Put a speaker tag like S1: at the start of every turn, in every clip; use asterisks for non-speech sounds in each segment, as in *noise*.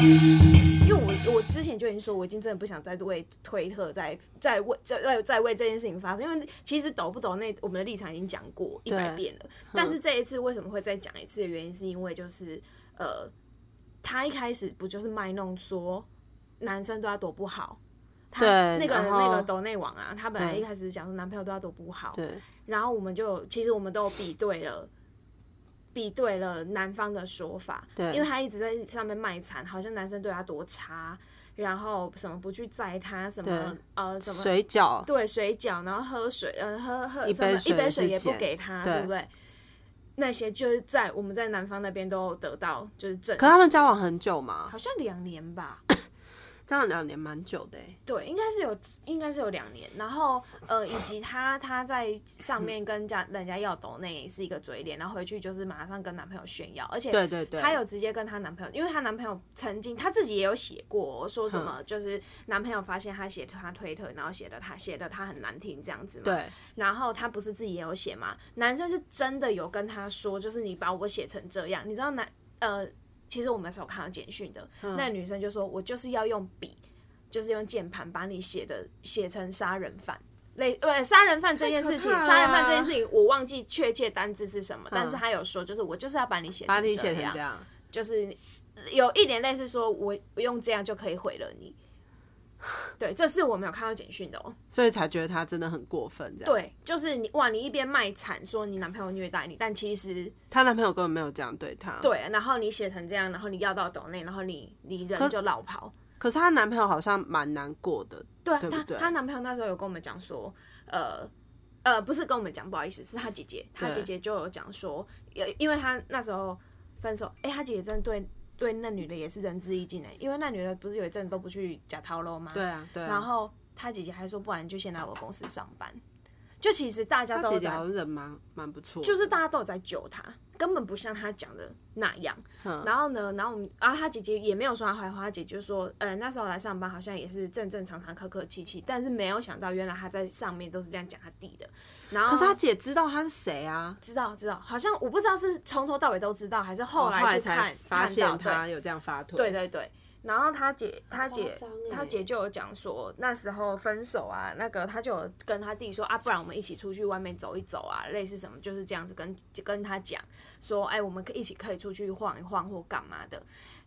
S1: 因为我我之前就已经说，我已经真的不想再为推特在在为在在在为这件事情发声，因为其实懂不懂那我们的立场已经讲过一百遍了。但
S2: 嗯
S1: 是这一次为什么会再讲一次的原因，是因为就是呃，他一开始不就是卖弄说男生对他多不好。他
S2: 对
S1: 那个
S2: 然后
S1: 那个抖内网啊，他本来
S2: 对
S1: 一开始讲说男朋友对他多不好，
S2: 对，
S1: 然后我们就有其实我们都有比对了，比对了男方的说法，
S2: 对
S1: 因为他一直在上面卖惨，好像男生对他多差，然后什么不去载他，什么
S2: 对
S1: 呃什么
S2: 水饺，
S1: 对水饺，然后喝水，呃喝喝
S2: 一
S1: 什么
S2: 杯水
S1: 一杯水
S2: 也
S1: 也
S2: 是
S1: 不
S2: 钱
S1: 给他，
S2: 对
S1: 对不对？那些就是在我们在男方那边都有得到就是证实，
S2: 可他们交往很久嘛，
S1: 好像两年吧，
S2: 交往两年蛮久的欸、
S1: 对，应该是有，应该是有两年。然后呃，以及他他在上面跟家人家要抖那也是一个嘴脸，然后回去就是马上跟男朋友炫耀，而且
S2: 对对对，
S1: 她有直接跟她男朋友，因为她男朋友曾经她自己也有写过，说什么就是男朋友发现她写她推特，然后写的她写的她很难听这样子嘛。
S2: 对
S1: 然后她不是自己也有写嘛？男生是真的有跟她说，就是你把我写成这样，你知道男呃，其实我们是有看到简讯的，
S2: 嗯
S1: 那女生就说我就是要用笔，就是用键盘把你写的写成杀人犯。类对杀人犯这件事情，
S2: 太可怕了嗯
S1: 杀人犯这件事情，我忘记确切单字是什么，但是她有说，就是我就是要把你写
S2: 把
S1: 成
S2: 你写
S1: 这
S2: 成
S1: 样
S2: 这，样，
S1: 就是有一点类似说我我用这样就可以毁了你。对，这是我没有看到简讯的哦、
S2: 所以才觉得他真的很过分。这样，
S1: 对，就是你哇，你一边卖惨说你男朋友虐待你，但其实
S2: 她男朋友根本没有这样对她。，
S1: 对，然后你写成这样，然后你要到抖内，然后你你人就落跑。
S2: 可是她男朋友好像蛮难过的。
S1: 对啊，
S2: 对不
S1: 她
S2: 对
S1: 她男朋友那时候有跟我们讲说，呃呃，不是跟我们讲，不好意思，是她姐姐，她
S2: 对
S1: 姐姐就有讲说，有因为她那时候分手，哎、她姐姐真的对对那女的也是仁至义尽哎，因为那女的不是有一阵都不去假掏喽吗？
S2: 对啊，对啊。
S1: 然后她姐姐还说，不然就先来我公司上班。就其实大家
S2: 她
S1: 都
S2: 姐
S1: 有
S2: 姐
S1: 在
S2: 好像人蛮蛮不错的，
S1: 就是大家都有在救他，根本不像他讲的那样。然后呢，然后我们，然后他姐姐也没有说他坏话，他姐姐就说，呃，那时候来上班好像也是正正常常、客客气气，但是没有想到原来他在上面都是这样讲他弟的。然后
S2: 可是她姐知道她是谁啊？
S1: 知道知道，好像我不知道是从头到尾都知道，还是后
S2: 哦后
S1: 来
S2: 来
S1: 是看、
S2: 才发
S1: 看到
S2: 现
S1: 对
S2: 她有这样发推。
S1: 对对对。然后他姐，他姐
S2: 夸张欸，
S1: 他姐就有讲说，那时候分手啊，那个他就有跟他弟说啊，不然我们一起出去外面走一走啊，类似什么就是这样子跟跟他讲说，哎，我们可以一起可以出去晃一晃或干嘛的。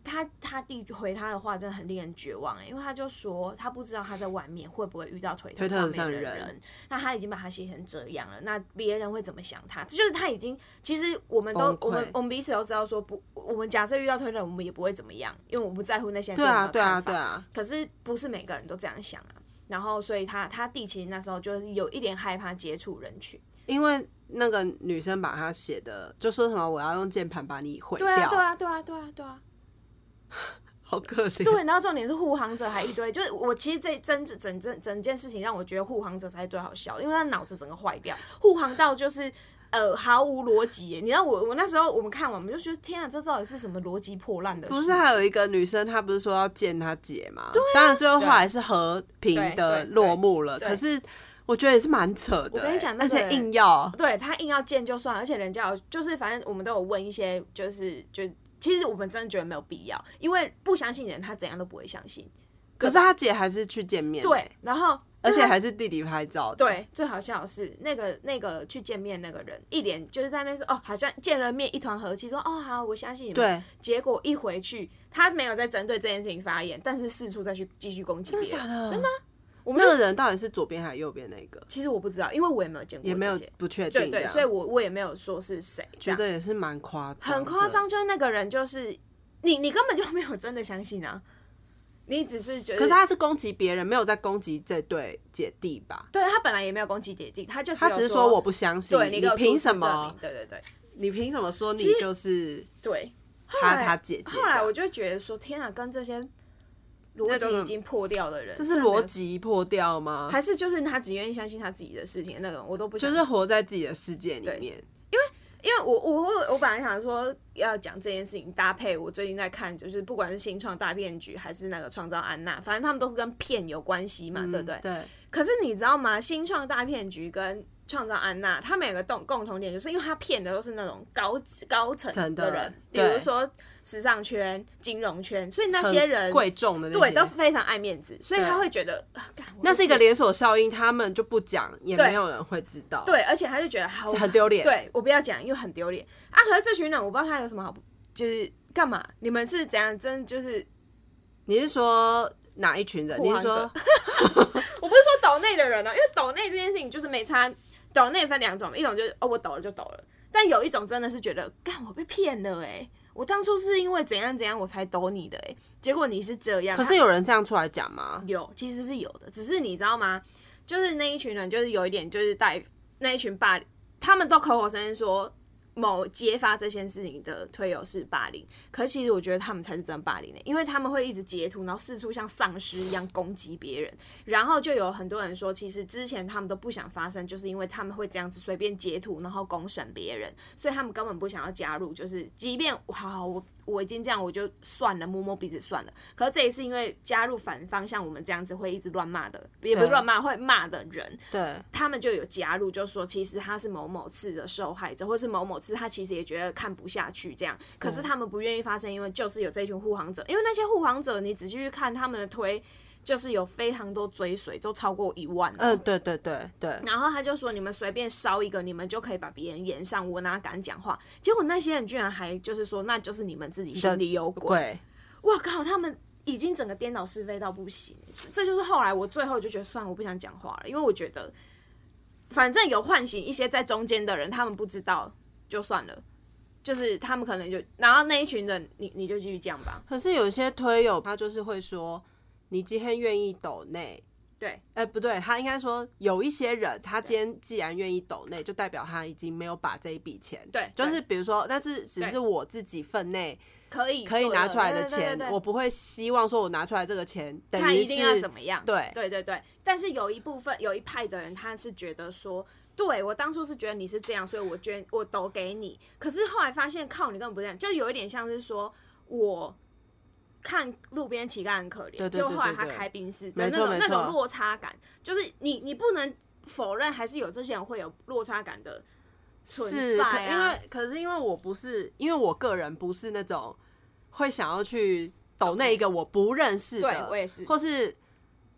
S1: 他他弟回他的话真的很令人绝望哎、因为他就说他不知道他在外面会不会遇到腿
S2: 推特
S1: 上
S2: 上
S1: 面的
S2: 人
S1: 人，那他已经把他写成这样了，那别人会怎么想他？就是他已经，其实我们都
S2: 崩溃
S1: 我们我们彼此都知道说不，我们假设遇到推特，我们也不会怎么样，因为我不在乎那些人
S2: 对啊，
S1: 我们的
S2: 对啊，
S1: 看法
S2: 对。啊，
S1: 可是不是每个人都这样想啊。然后，所以他他弟其实那时候就是有一点害怕接触人群，
S2: 因为那个女生把她写的，就说什么我要用键盘把你毁掉，
S1: 对啊，对啊，对啊，对啊，对啊，
S2: 好可怜。
S1: 对。然后重点是护航者还一堆，就是我其实这真整整整整件事情让我觉得护航者才是最好笑的，因为他脑子整个坏掉，护航到就是呃毫无逻辑耶。你知道我我那时候我们看完，我们就觉得天啊，这到底是什么逻辑破烂的事情？
S2: 不是还有一个女生，她不是说要见她姐吗？当然最后后来是和平的
S1: 啊对对对
S2: 落幕了。
S1: 对
S2: 可是我觉得也是蛮扯的、
S1: 我跟你讲
S2: 欸
S1: 那
S2: 而
S1: 个
S2: 且硬要
S1: 对他硬要见就算，而且人家有就是反正我们都有问一些，就是就其实我们真的觉得没有必要，因为不相信人他怎样都不会相信。
S2: 可是她姐还是去见面，
S1: 对，，然后
S2: 而且还是弟弟拍照的，
S1: 对最好笑的是那个那个去见面那个人，一脸就是在那边说哦，好像见了面一团和气，说哦好，我相信你们。
S2: 对，
S1: 结果一回去，他没有在针对这件事情发言，但是四处再去继续攻击
S2: 真的
S1: 别
S2: 假
S1: 人。
S2: 的？
S1: 真的啊，
S2: 我们那个人到底是左边还是右边那个？
S1: 其实我不知道，因为我也没有见过，
S2: 也没有啊
S1: 姐姐
S2: 不确
S1: 对
S2: 定这
S1: 对，
S2: 样，
S1: 所以我我也没有说是谁。这
S2: 觉
S1: 样
S2: 得也是蛮夸张，
S1: 很夸。张，就是那个人就是你，你根本就没有真的相信啊，你只是觉得。
S2: 可是他是攻击别人，没有在攻击这对姐弟吧？
S1: 对他本来也没有攻击姐弟，他就
S2: 他只
S1: 有
S2: 是
S1: 说
S2: 说我不相信，
S1: 对
S2: 你
S1: 给我出
S2: 凭
S1: 示
S2: 什
S1: 证
S2: 么
S1: 明？？对对对
S2: 你凭什么说你
S1: 其实
S2: 就是
S1: 对。
S2: 他
S1: 后来
S2: 他姐姐这样？
S1: 后来我就觉得说，天啊，跟这些逻
S2: 那种
S1: 辑已经破掉的人，
S2: 这是
S1: 真的没有
S2: 逻，辑破掉吗？
S1: 还是就是他只愿意相信他自己的事情那种，我都不
S2: 就
S1: 想
S2: 是活在自己的世界里面？
S1: 因为我我会我本来想说要讲这件事情搭配我最近在看，就是不管是新创大骗局还是那个创造安娜，反正他们都是跟骗有关系嘛，对不对？
S2: 嗯对，
S1: 可是你知道吗？新创大骗局跟创造安娜，他们有个共共同点，就是因为他骗的都是那种高高层
S2: 真
S1: 的
S2: 的
S1: 人，比
S2: 对
S1: 如说时尚圈、金融圈，所以那些人
S2: 很贵重的那
S1: 对
S2: 些
S1: 都非常爱面子，所以他会觉得啊干我
S2: 那是一个连锁效应，他们就不讲，也没有人会知道，，
S1: 对，而且他就觉得好
S2: 很丢脸。，
S1: 对我不要讲，因为很丢脸啊。可是这群人，我不知道他有什么好，就是干嘛？你们是怎样？真就是
S2: 你是说哪一群人？
S1: 护
S2: 你
S1: 航
S2: 是
S1: 者
S2: 说
S1: 我不是说抖内的人啊，因为抖内这件事情就是没差。抖内分两种，一种就是哦我抖了就抖了，但有一种真的是觉得干我被骗了哎、我当初是因为怎样怎样我才抖你的哎、结果你是这样，啊
S2: 可
S1: 他
S2: 是有人这样出来讲吗？
S1: 有，其实是有的，只是你知道吗？就是那一群人，就是有一点，就是带那一群霸凌，他们都口口声声说某揭发这件事情的推友是霸凌，可其实我觉得他们才是真霸凌的、因为他们会一直截图，然后四处像丧尸一样攻击别人，然后就有很多人说，其实之前他们都不想发生，就是因为他们会这样子随便截图，然后公审别人，所以他们根本不想要加入，就是即便好好我我已经这样，我就算了，摸摸鼻子算了。可是这一次因为加入反方向，我们这样子会一直乱骂的，也不是
S2: 对
S1: 乱骂，会骂的人，
S2: 对，
S1: 他们就有加入，就说其实他是某某次的受害者，或是某某次他其实也觉得看不下去这样，可是他们不愿意发声，因为就是有这群护航者，因为那些护航者，你仔细去看他们的推，就是有非常多追随，都超过一万、
S2: 嗯，对对对对，
S1: 然后他就说：“你们随便烧一个，你们就可以把别人延上。我哪敢讲话？”结果那些人居然还就是说：“那就是你们自己心里有鬼。
S2: 鬼”
S1: 我靠，他们已经整个颠倒是非到不行。这就是后来我最后就觉得，算了，我不想讲话了，因为我觉得反正有唤醒一些在中间的人，他们不知道就算了，就是他们可能就然后那一群人，你你就继续这样吧。
S2: 可是有些推友他就是会说，你今天愿意抖内，
S1: 对，
S2: 哎、不对，他应该说有一些人，他今天既然愿意抖内，就代表他已经没有把这一笔钱，
S1: 对
S2: 就是比如说，那是只是
S1: 对
S2: 我自己分内
S1: 可以
S2: 可以拿出来的
S1: 做对对
S2: 钱
S1: 对，对
S2: 我不会希望说我拿出来这个钱等
S1: 他
S2: 于
S1: 一定要
S2: 是
S1: 怎么样？
S2: 对
S1: 对对对。但是有一部分有一派的人，他是觉得说，对我当初是觉得你是这样，所以我捐我抖给你。可是后来发现靠你根本不这样，就有一点像是说我。看路边乞丐很可怜，
S2: 对对对
S1: 就后来
S2: 对
S1: 他
S2: 对
S1: 开宾士的
S2: 没
S1: 那
S2: 错
S1: 种
S2: 没
S1: 那种
S2: 错
S1: 落差感，就是你你不能否认，还是有这些人会有落差感的存
S2: 是，
S1: 在
S2: 可因
S1: 啊。
S2: 为可是因为我不是，因为我个人不是那种会想要去抖那一个我不认识
S1: 对
S2: 的，
S1: 我也是，
S2: 或是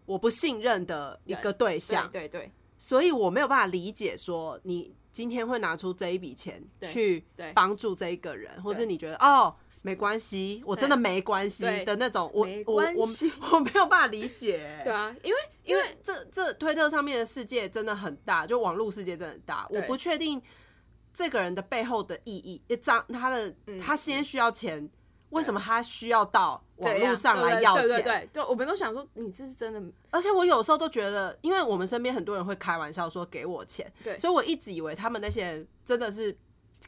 S2: 我不信任的一个对象，
S1: 对对对
S2: 所以我没有办法理解说你今天会拿出这一笔钱
S1: 对
S2: 去
S1: 对
S2: 帮助这一个人，或
S1: 对
S2: 是你觉得哦没关系，我真的没关系
S1: 对
S2: 的那种，我
S1: 没
S2: 我
S1: 关
S2: 我
S1: 系
S2: 我没有办法理解。
S1: 对啊，因为
S2: 因为这这推特上面的世界真的很大，就网络世界真的很大。
S1: 对
S2: 我不确定这个人的背后的意义，一张他的、
S1: 嗯
S2: 他先需要钱，为什么他需要到网络上来要钱？
S1: 对对对对，就我们都想说你这是真的
S2: 而且我有时候都觉得，因为我们身边很多人会开玩笑说给我钱，
S1: 对
S2: 所以我一直以为他们那些人真的是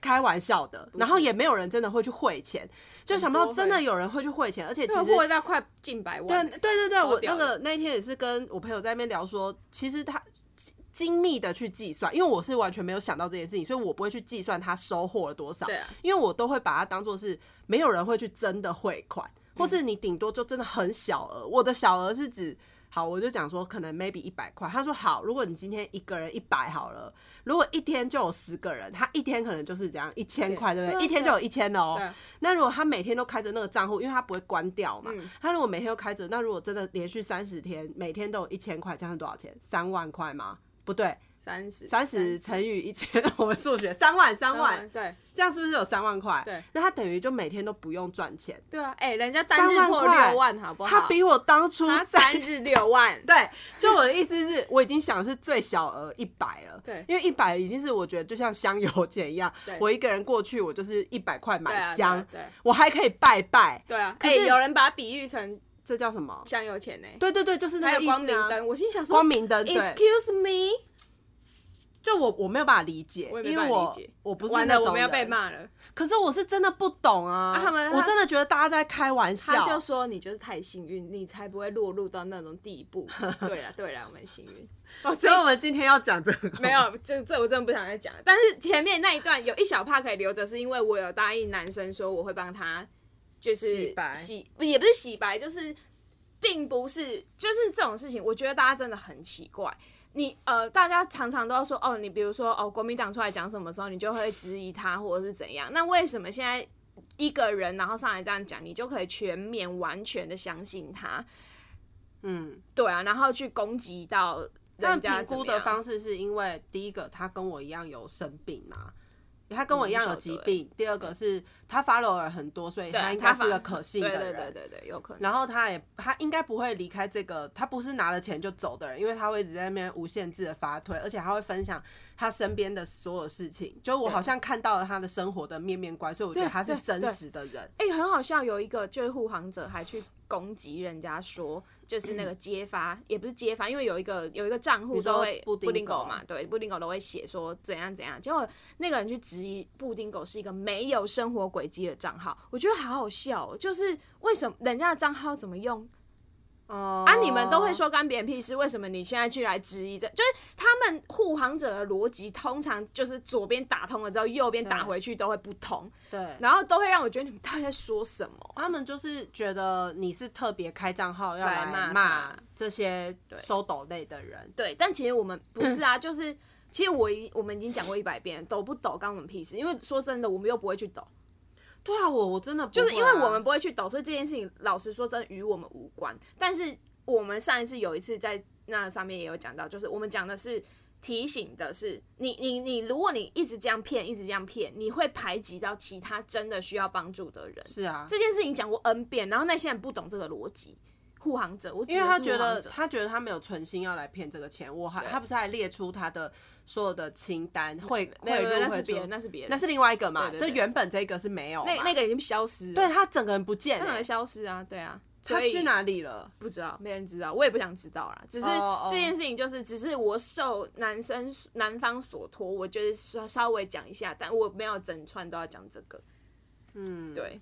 S2: 开玩笑的，然后也没有人真的会去汇钱，就想不
S1: 很
S2: 到
S1: 多
S2: 真的
S1: 会
S2: 有人会去汇钱，而且其
S1: 那
S2: 实
S1: 货到快近百万
S2: 对
S1: 了，
S2: 对对对，
S1: 超
S2: 我
S1: 屌
S2: 那
S1: 的
S2: 个那一天也是跟我朋友在那边聊说，其实他精精密的去计算，因为我是完全没有想到这件事情，所以我不会去计算他收获了多少，
S1: 对啊
S2: 因为我都会把它当做是没有人会去真的汇款，或是你顶多就真的很小额。我的小额是指。好，我就讲说可能 maybe 一百块。他说好，如果你今天一个人一百好了，如果一天就有十个人，他一天可能就是这样一千块，对不
S1: 对啊
S2: 对？一天就有一千哦、
S1: 对啊
S2: 那如果他每天都开着那个账户，因为他不会关掉嘛，他如果每天都开着，那如果真的连续三十天，每天都有一千块，这样是多少钱？三万块吗？不对，
S1: 三十
S2: 三十乘以一千， *laughs* 我们数学三万三万，
S1: 对啊
S2: 这样是不是有三万块？
S1: 对，
S2: 那他等于就每天都不用赚钱，
S1: 对啊，哎，人家单日
S2: 三万
S1: 破
S2: 块
S1: 六万，好不好？
S2: 他比我当初
S1: 他
S2: 在，
S1: 单日六万
S2: *laughs* 对，啊就我的意思是，我已经想是最小额一百了。
S1: 对
S2: 因为一百已经是我觉得就像香油钱一样
S1: 对，
S2: 我一个人过去，我就是一百块
S1: 对
S2: 买
S1: 啊
S2: 香，
S1: 对啊
S2: 我还可以拜拜，
S1: 对啊，
S2: 可
S1: 哎，
S2: 是
S1: 有人把它比喻成
S2: 这叫什么？
S1: 香油钱呢，
S2: 对对对，就是那
S1: 还
S2: 个
S1: 有
S2: 意
S1: 光
S2: 思
S1: 明
S2: 啊。
S1: 灯，我心想说
S2: 光明灯，对，
S1: ，Excuse me，
S2: 就我我没有办法理解，
S1: 我也没
S2: 因为
S1: 办法理
S2: 我
S1: 解
S2: 我不是
S1: 完
S2: 那
S1: 了，
S2: 种
S1: 我们要被
S2: 人，
S1: 骂了。
S2: 可是我是真的不懂啊，
S1: 啊他们
S2: 我真的觉得大家在开玩
S1: 他
S2: 笑，
S1: 就说你就是太幸运，你才不会落入到那种地
S2: *laughs*
S1: 步。对啦，对啦，啊我们很幸运。哦，
S2: 所以我们今天要讲这个，
S1: 没有，这这我真的不想再讲了。但是前面那一段有一小帕可以留着，是因为我有答应男生说我会帮他，就是
S2: 洗白
S1: 洗不也不是洗白，就是并不是就是这种事情，我觉得大家真的很奇怪。你呃，大家常常都要说哦，你比如说哦，国民党出来讲什么时候，你就会质疑他或者是怎样。那为什么现在一个人然后上来这样讲，你就可以全面完全的相信他？
S2: 嗯，
S1: 对啊，然后去攻击到
S2: 但
S1: 人家怎
S2: 评估
S1: 么
S2: 的
S1: 样
S2: 方式是因为第一个他跟我一样有生病嘛，他跟我一样
S1: 嗯
S2: 有疾病；第二个是他 follower 很多，所以
S1: 对
S2: 他应该是个
S1: 反
S2: 可信的
S1: 对
S2: 人。
S1: 对对对对，有可能。
S2: 然后他也他应该不会离开这个，他不是拿了钱就走的人，因为他会一直在那边无限制的发推，而且他会分享他身边的所有事情，就我好像看到了他的生活的面面观，所以我觉得
S1: 对
S2: 他是
S1: 对
S2: 真
S1: 对
S2: 实的人。
S1: 哎、很好笑，有一个就是护航者还去攻击人家说，就是那个揭发，也不是揭发，因为有一个有一个账户
S2: 嗯你说
S1: 都会
S2: 布丁狗
S1: 丁狗嘛，对，布丁狗都会写说怎样怎样，结果那个人去质疑布丁狗是一个没有生活轨迹的账号，我觉得好好笑、哦，就是为什么人家的账号怎么用
S2: 哦、
S1: 啊？你们都会说干别人屁事，为什么你现在去来质疑这？就是他们护航者的逻辑，通常就是左边打通了之后，右边打
S2: 对
S1: 回去都会不通，
S2: 对，
S1: 然后都会让我觉得你们到底在说什么？
S2: 他们就是觉得你是特别开账号要
S1: 来
S2: 来
S1: 骂
S2: 骂
S1: 他
S2: 这些收抖类的人，
S1: 对，但其实我们不是
S2: *laughs*
S1: 啊，就是其实我已我们已经讲过一百遍，抖不抖干我们屁事。因为说真的，我们又不会去抖，
S2: 对啊，我我真的不
S1: 就是
S2: 会
S1: 因为
S2: 啊
S1: 我们不会去抖，所以这件事情老实说，真的与我们无关。但是我们上一次有一次在那上面也有讲到，就是我们讲的是。提醒的是，你你你，如果你一直这样骗，一直这样骗，你会排挤到其他真的需要帮助的人。
S2: 是啊，
S1: 这件事情讲过 N 遍，然后那些人不懂这个逻辑，护航者，我指
S2: 因为
S1: 的
S2: 他
S1: 是
S2: 觉
S1: 护航
S2: 得
S1: 者
S2: 他觉得他没有存心要来骗这个钱，我还他不是还列出他的所有的清单会
S1: 没有没
S2: 会
S1: 有
S2: 入
S1: 那
S2: 会
S1: 是别
S2: 出
S1: 人，，那是别人，
S2: 那是另外一个嘛，
S1: 对对对
S2: 就原本这个是没有嘛，
S1: 那那个已经消失了。
S2: 对他整个人不见
S1: 他
S2: 欸、
S1: 能消失啊，对啊，
S2: 他
S1: 所以
S2: 去？哪里了？
S1: 不知道，没人知道，我也不想知道啦。只是
S2: 哦哦
S1: 这件事情就是，只是我受男生男方所托，我就是稍稍微讲一下，但我没有整串都要讲这个。嗯，对，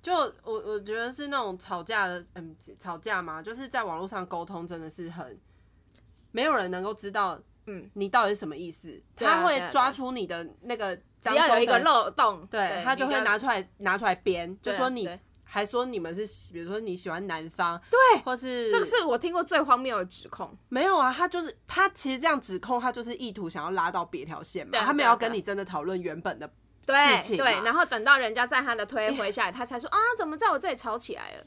S2: 就我我觉得是那种吵架的，嗯，吵架嘛，就是在网络上沟通真的是很，没有人能够知道，
S1: 嗯，
S2: 你到底是什么意思，
S1: 对啊
S2: 他会
S1: 对啊
S2: 抓
S1: 对啊
S2: 出你的那个，
S1: 只要有一个。漏洞，
S2: 对他就会拿
S1: 出，
S2: 出来拿出来编，就
S1: 对啊
S2: 说你
S1: 对
S2: 还说你们是，比如说你喜欢南方，
S1: 对，
S2: 或是
S1: 这个是我听过最荒谬的指控。
S2: 没有啊，他就是他其实这样指控，他就是意图想要拉到别条线嘛，
S1: 对啊
S2: 他没
S1: 对
S2: 有
S1: 啊
S2: 跟
S1: 对啊
S2: 你真的讨论原本的事
S1: 对
S2: 情嘛，
S1: 对，然后等到人家在他的推
S2: *laughs*
S1: 回下来，他才说啊，怎么在我这里吵起来了？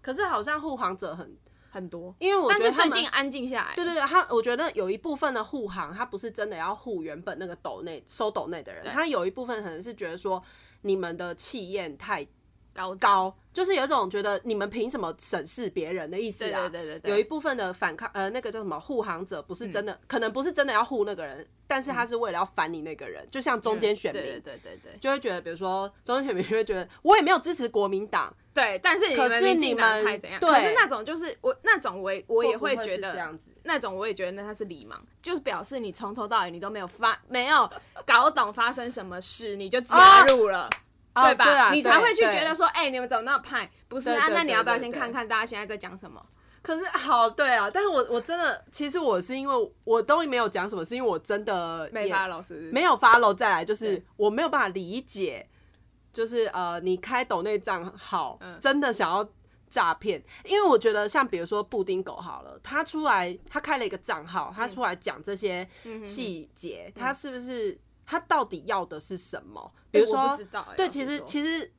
S2: 可是好像护航者很，
S1: 很多，
S2: 因为我
S1: 但
S2: 觉得
S1: 是
S2: 他
S1: 最
S2: 们
S1: 近安静下来，
S2: 对对对，他我觉得有一部分的护航，他不是真的要护原本那个斗内收斗内的人，
S1: 对
S2: 他有一部分可能是觉得说你们的气焰太
S1: 高涨
S2: 高，就是有一种觉得你们凭什么审视别人的意思啊？
S1: 对对对对对嗯
S2: 有一部分的反抗，呃，那个叫什么护航者，不是真的，可能不是真的要护那个人，但是他是为了要反你那个人，就像中间选
S1: 嗯
S2: 民。
S1: 对对对对对
S2: 就会觉得，比如说中间选民就会觉得，我也没有支持国民党，
S1: 对，但是你
S2: 可
S1: 们
S2: 是
S1: 民
S2: 你
S1: 进党
S2: 们
S1: 派怎样？
S2: 对
S1: 可是那种就是我那种我也我也
S2: 会不
S1: 觉
S2: 是
S1: 得
S2: 这样子。
S1: 那种我也觉得那他是礼盲，就是表示你从头到尾你都没有发没有搞懂发生什么事，你就加入了。对吧、
S2: 哦哦对啊
S1: 你才会去
S2: 对
S1: 觉得说，哎、你们怎么那么派？不是
S2: 对
S1: 啊，
S2: 对
S1: 那你
S2: 对
S1: 要不要
S2: 对
S1: 先
S2: 对
S1: 看看大家现在在讲什么？
S2: 可是好对啊，但是我我真的，其实我是因为我都没有讲什么，是因为我真的
S1: 没
S2: 也
S1: 法，老师
S2: 没有 follow 再来，就是
S1: 对
S2: 我没有办法理解，就是呃，你开抖内账号
S1: 嗯
S2: 真的想要诈骗，因为我觉得像比如说布丁狗好了，他出来他开了一个账号，
S1: 嗯
S2: 他出来讲这些细节，他是不是他到底要的是什么？比如
S1: 我
S2: 说
S1: 不知道欸
S2: 对，
S1: 老
S2: 其
S1: 实
S2: 实
S1: 说
S2: 其实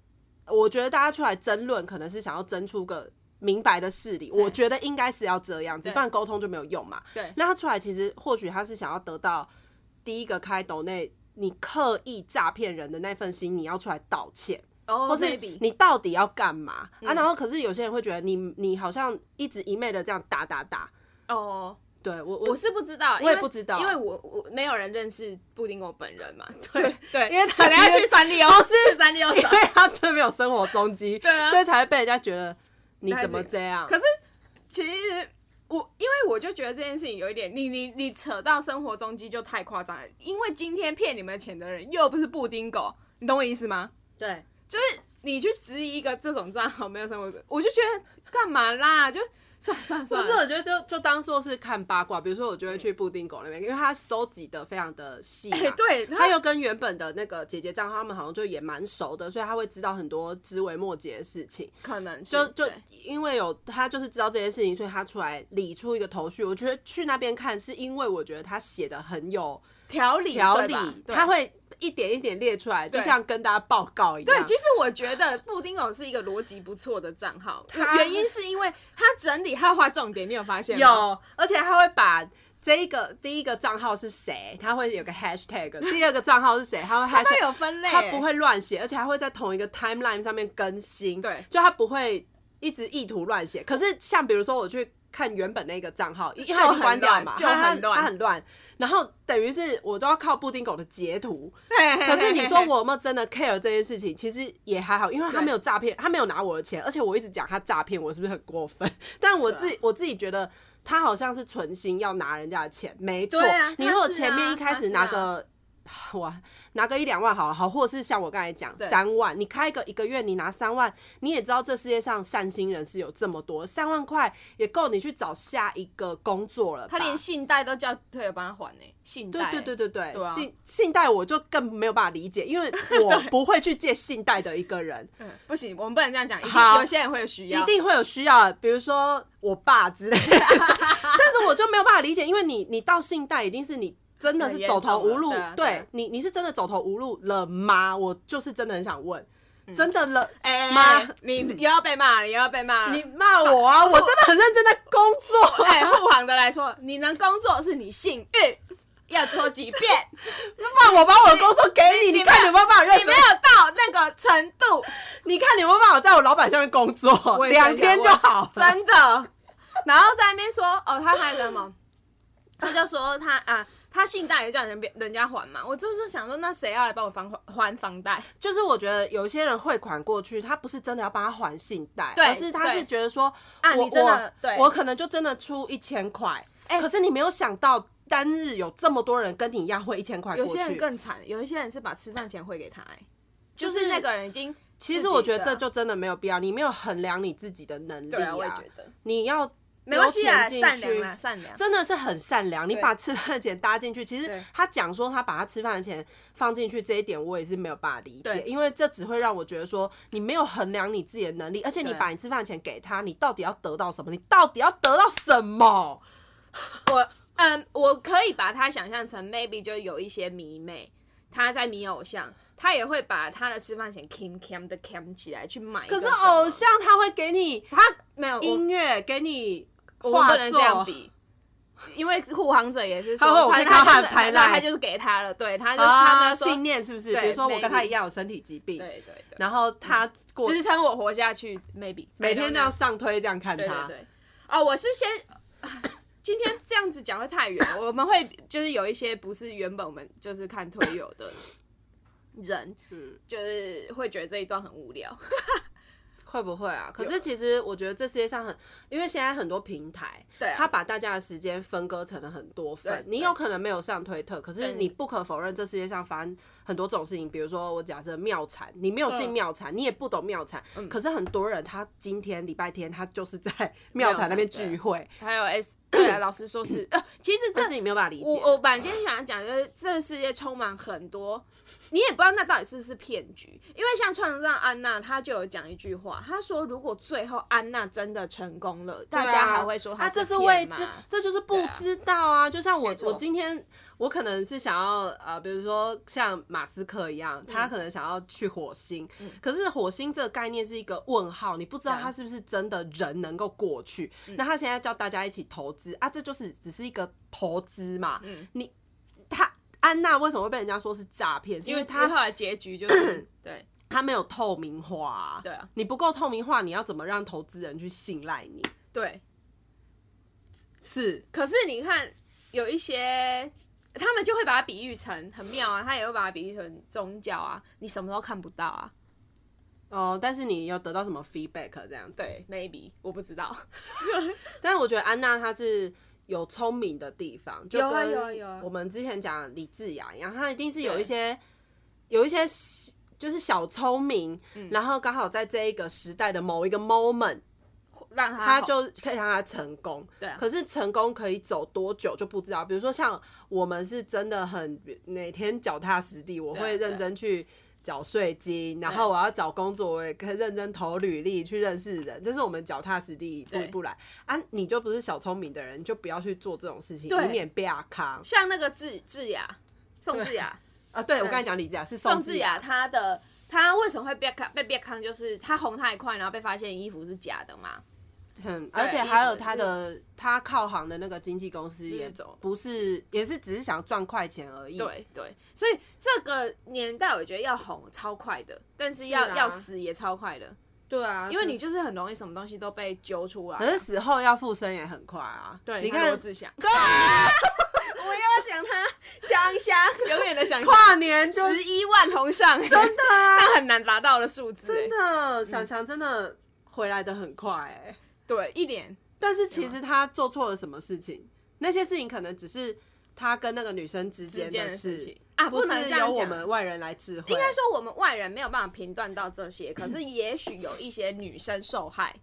S2: 我觉得大家出来争论，可能是想要争出个明白的事理。我觉得应该是要这样子，
S1: 对
S2: 不然沟通就没有用嘛。
S1: 对
S2: 那他出来其实或许他是想要得到第一个开抖内你刻意诈骗人的那份心，你要出来道歉。
S1: 哦
S2: 或是
S1: maybe 嗯
S2: 你到底要干嘛、啊？然后可是有些人会觉得你你好像一直一昧的这样打打打，
S1: 哦，
S2: 对我
S1: 我
S2: 我
S1: 是不知道，因
S2: 我也
S1: 为
S2: 不知道
S1: 因为我我没有人认识布丁狗本
S2: *laughs*
S1: 人嘛，对对，
S2: 因为他
S1: 可
S2: 哦
S1: 能要去三丽鸥，
S2: 不是
S1: 三
S2: *laughs*
S1: 丽鸥
S2: 因
S1: 找
S2: 为他真的没有生活踪迹，
S1: 对啊
S2: 所以才会被人家觉得你怎么这样
S1: 可？是其实我，因为我就觉得这件事情有一点，你你你扯到生活中机就太夸张了。因为今天骗你们钱的人又不是布丁狗，你懂我意思吗？
S2: 对，
S1: 就是你去质疑一个这种账号没有生活，我就觉得干嘛啦？就
S2: 算算算，不是，我觉得就就当做是看八卦。比如说，我就会去布丁狗那边，因为他收集的非常的细嘛、
S1: 哎对他
S2: 他又跟原本的那个姐姐账号，他们好像就也蛮熟的，所以他会知道很多枝微末节的事情。
S1: 可能是
S2: 就就
S1: 对
S2: 因为有他就是知道这件事情，所以他出来理出一个头绪。我觉得去那边看，是因为我觉得他写的很有
S1: 条理
S2: 条
S1: 对
S2: 理
S1: 吧，对
S2: 他会一点一点列出来，就
S1: 对
S2: 像跟大家报告一样。
S1: 对，其实我觉得布丁狗是一个逻辑不错的账号，
S2: 他
S1: 原因是因为他整理他画重点，你有发现吗？
S2: 有，而且他会把这一个第一个账号是谁，他会有个
S1: *laughs*
S2: hashtag，第二个账号是谁，他会 hashtag，
S1: 都有分类，
S2: 他不，会乱写，而且他会在同一个 timeline 上面更新，
S1: 对
S2: 就他不会一直意图乱写。可是像比如说我去。看原本那个账号，因为他已
S1: 就
S2: 经关
S1: 很
S2: 掉
S1: 乱
S2: 嘛，
S1: 就
S2: 他他
S1: 很乱
S2: 他很乱。然后等于是我都要靠布丁狗的截图，可
S1: *laughs* 可
S2: 是你说我有没有真的 care 这件事情？其实也还好，因为他没有诈骗，他没有拿我的钱，而且我一直讲他诈骗，我是不是很过分？但我自己、
S1: 啊
S2: 我自己觉得他好像是存心要拿人家的钱，没错。
S1: 对啊
S2: 你如果
S1: 他是啊
S2: 前面一开始拿
S1: 他是啊
S2: 个。哇，拿个一两万好了，好，或者是像我刚才讲
S1: 对
S2: 三万，你开个一个月，你拿三万，你也知道这世界上善心人是有这么多，三万块也够你去找下一个工作了吧。
S1: 他连信贷都叫队友帮他还呢、信
S2: 对
S1: 贷，
S2: 对对对对，
S1: 对啊
S2: 信信贷我就更没有办法理
S1: *laughs*
S2: 解，因为我不会去借信贷的一个人，
S1: 嗯，不行，我们不能这样讲，一定
S2: 好
S1: 有些人会有需
S2: 一
S1: 要，
S2: 定会有需要的，比如说我爸之类
S1: *laughs*
S2: 的，但是我就没有办法理解，因为你你到信贷已经是你。真的是
S1: 很严
S2: 走投
S1: 重了
S2: 无路，
S1: 对啊对啊
S2: 对你，你是真的走投无路了吗？我就是真的很想问，
S1: 嗯
S2: 真的了，
S1: 哎、
S2: 妈
S1: 你又要被骂了，又要被骂了。
S2: 你骂我啊！我真的很认真在工
S1: *laughs*
S2: 作，
S1: 哎，护航的来说，你能工作是你幸运，要做几遍，
S2: *laughs* 不然我把我的工作给你，
S1: 你
S2: 你看你有没有办法认
S1: 你
S2: 真
S1: 没有到那个程
S2: *laughs*
S1: 度，
S2: 你看你有没有办法在我老板下面工作，
S1: 我也在
S2: 两
S1: 想
S2: 天就
S1: 我
S2: 好了，
S1: 真的。然后在那边说，哦，他还有个什么，他就说他啊，他信贷也叫人别人家还嘛。我就是想说，那谁要来帮我还还房贷？
S2: 就是我觉得有一些人汇款过去，他不是真的要帮他还信贷，
S1: 对
S2: 而是他是
S1: 对
S2: 觉得说，
S1: 啊
S2: 我
S1: 你真的
S2: 我
S1: 对
S2: 我可能就真的出一千块，
S1: 哎
S2: 可是你没有想到单日有这么多人跟你一样汇一千块过
S1: 有
S2: 去，
S1: 些人更惨，有一些人是把吃饭钱汇给他、哎，就
S2: 就是
S1: 是那个人已经自己
S2: 其
S1: 的。
S2: 实我觉得这就真的没有必要，你没有衡量你自己的能力
S1: 对啊，我也觉得
S2: 你要
S1: 没关系啊，
S2: 丢钱进
S1: 善
S2: 去
S1: 良啊，善良。
S2: 真的是很善良，你
S1: 对
S2: 把吃饭的钱搭进去。其实
S1: 对
S2: 他讲说他把他吃饭的钱放进去这一点，我也是没有办法理解
S1: 对，
S2: 因为这只会让我觉得说你没有衡量你自己的能力，而且你
S1: 对啊
S2: 把你吃饭的钱给他，你到底要得到什么？你到底要得到什么？
S1: 哎我嗯，我可以把它想象成 maybe 就有一些迷妹，她在迷偶像，她也会把她的吃饭钱 cam cam 的 cam 起来去买一个
S2: 可
S1: 什
S2: 是
S1: 么。
S2: 偶像他会给你
S1: 她没有，我
S2: 音乐，给你
S1: 我们
S2: 画
S1: 不能这样
S2: 作，
S1: 比。因为护航者也是说，
S2: 他会我
S1: 反正
S2: 可以
S1: 他
S2: 看他
S1: 就是
S2: 的
S1: 对
S2: 拍烂
S1: 他就是给他了，对，他就他
S2: 啊，
S1: 们说
S2: 信，念是不是？
S1: 对
S2: 比如说我跟他
S1: maybe
S2: 一样有身体疾病，
S1: 对嗯对对，
S2: 然后他过
S1: 支撑我活下去，maybe
S2: 每天这样
S1: I don't
S2: 上推这样看
S1: know，对对
S2: 他，
S1: 对，哦，我是先。今天这样子讲会太远，我们会就是有一些不是原本我们就是看推友的人，
S2: 嗯
S1: 就是会觉得这一段很无聊。
S2: 会不会啊？可是其实我觉得这世界上很，因为现在很多平台，
S1: 对啊
S2: 它把大家的时间分割成了很多份
S1: 对。
S2: 你有可能没有上推特，可是
S1: 对
S2: 你不可否认，这世界上发生很多种事情。比如说，我假设妙产，你没有信
S1: 嗯
S2: 妙产，你也不懂妙产，可是很多人他今天礼拜天他就是在妙
S1: 妙
S2: 产
S1: 产
S2: 那边
S1: 对
S2: 聚会，
S1: 还有 S，对、啊，老实说 *clears throat* 是，呃，其实这
S2: 但是你没有办法理
S1: 我
S2: 解。
S1: 我本来今天想讲，就是这个世界充满很多，你也不知道那到底是不是骗局。因为像创造安娜，她就有讲一句话，她说如果最后安娜真的成功了，大
S2: 对
S1: 家
S2: 啊
S1: 还会说她
S2: 啊，这
S1: 是
S2: 是未
S1: 骗吗
S2: 知，这就是
S1: 对
S2: 不
S1: 啊
S2: 知道啊。就像我
S1: 没，错
S2: 我今天我可能是想要呃，比如说像马斯克一样，他
S1: 嗯
S2: 可能想要去火星，可是火星这个概念是一个问号，你不知道
S1: 对啊嗯
S2: 他是不是真的人能够过去。那他现在叫大家一起投资啊，这就是只是一个投资嘛。
S1: 嗯
S2: 你他安娜为什么会被人家说是诈骗？是
S1: 因
S2: 因
S1: 为
S2: 为
S1: 她
S2: 他
S1: 后来结局就是 *coughs* 对
S2: 他没有透明化、
S1: 对啊，
S2: 你不够透明化，你要怎么让投资人去信赖你？
S1: 对。
S2: 是。
S1: 可是你看，有一些他们就会把它比喻成很妙啊，他也会把它比喻成宗教啊，你什么都看不到啊。
S2: 哦，但是你有得到什么 feedback 这样子？
S1: 对，maybe 我不知道。
S2: 但是我觉得安娜她是有聪明的地方，就
S1: 有啊有啊有啊
S2: 跟我们之前讲李智雅一样，她一定是有一些有一些小
S1: 嗯
S2: 就是小聪明，然后刚好在这一个时代的某一个 moment
S1: 让
S2: 他
S1: 他
S2: 就可以让他成功。
S1: 对啊
S2: 可是成功可以走多久就不知道。比如说像我们是真的很每天脚踏实地，我
S1: 对啊
S2: 会认真去缴税金，然后我要找工作，我也可以认真投履历去认识人，这是我们脚踏实地一步
S1: 对
S2: 一步来啊。你就不是小聪明的人，你就不要去做这种事情，
S1: 对
S2: 以免被阿康
S1: 像那个智智雅，宋智雅，
S2: 啊。对我刚才讲李子雅是
S1: 啊宋
S2: 宋
S1: 智
S2: 智
S1: 雅她的她为什么会被康被被康，就是她红太快，然后被发现衣服是假的嘛，
S2: 嗯，而且还有他的他靠行的那个经纪公司也
S1: 嗯
S2: 不是，也是只是想赚快钱而已。
S1: 对对，所以这个年代我觉得要红超快的，但是要
S2: 是啊
S1: 要死也超快的，
S2: 对啊，
S1: 因为
S2: 这
S1: 你就是很容易什么东西都被揪出来啊。
S2: 可是死后要附身也很快啊。
S1: 对，
S2: 你
S1: 罗
S2: 看啊
S1: 志祥 *laughs*
S2: 我又要讲他
S1: 香香 *laughs* 永远的想象，
S2: 跨年就
S1: 十一万红上，真
S2: 真的啊，
S1: 那很难达到的数字、欸，
S2: 真的想想真的回来的很快哎、
S1: 对，一点
S2: 但是其实他做错了什么事情？那些事情可能只是他跟那个女生之
S1: 之
S2: 间
S1: 间的
S2: 事
S1: 事情啊，
S2: 不
S1: 能这
S2: 是由
S1: 样
S2: 我
S1: 讲。
S2: 们外人来智慧。
S1: 应该说我们外人没有办法评断到这些，可是也许有一些女生受害，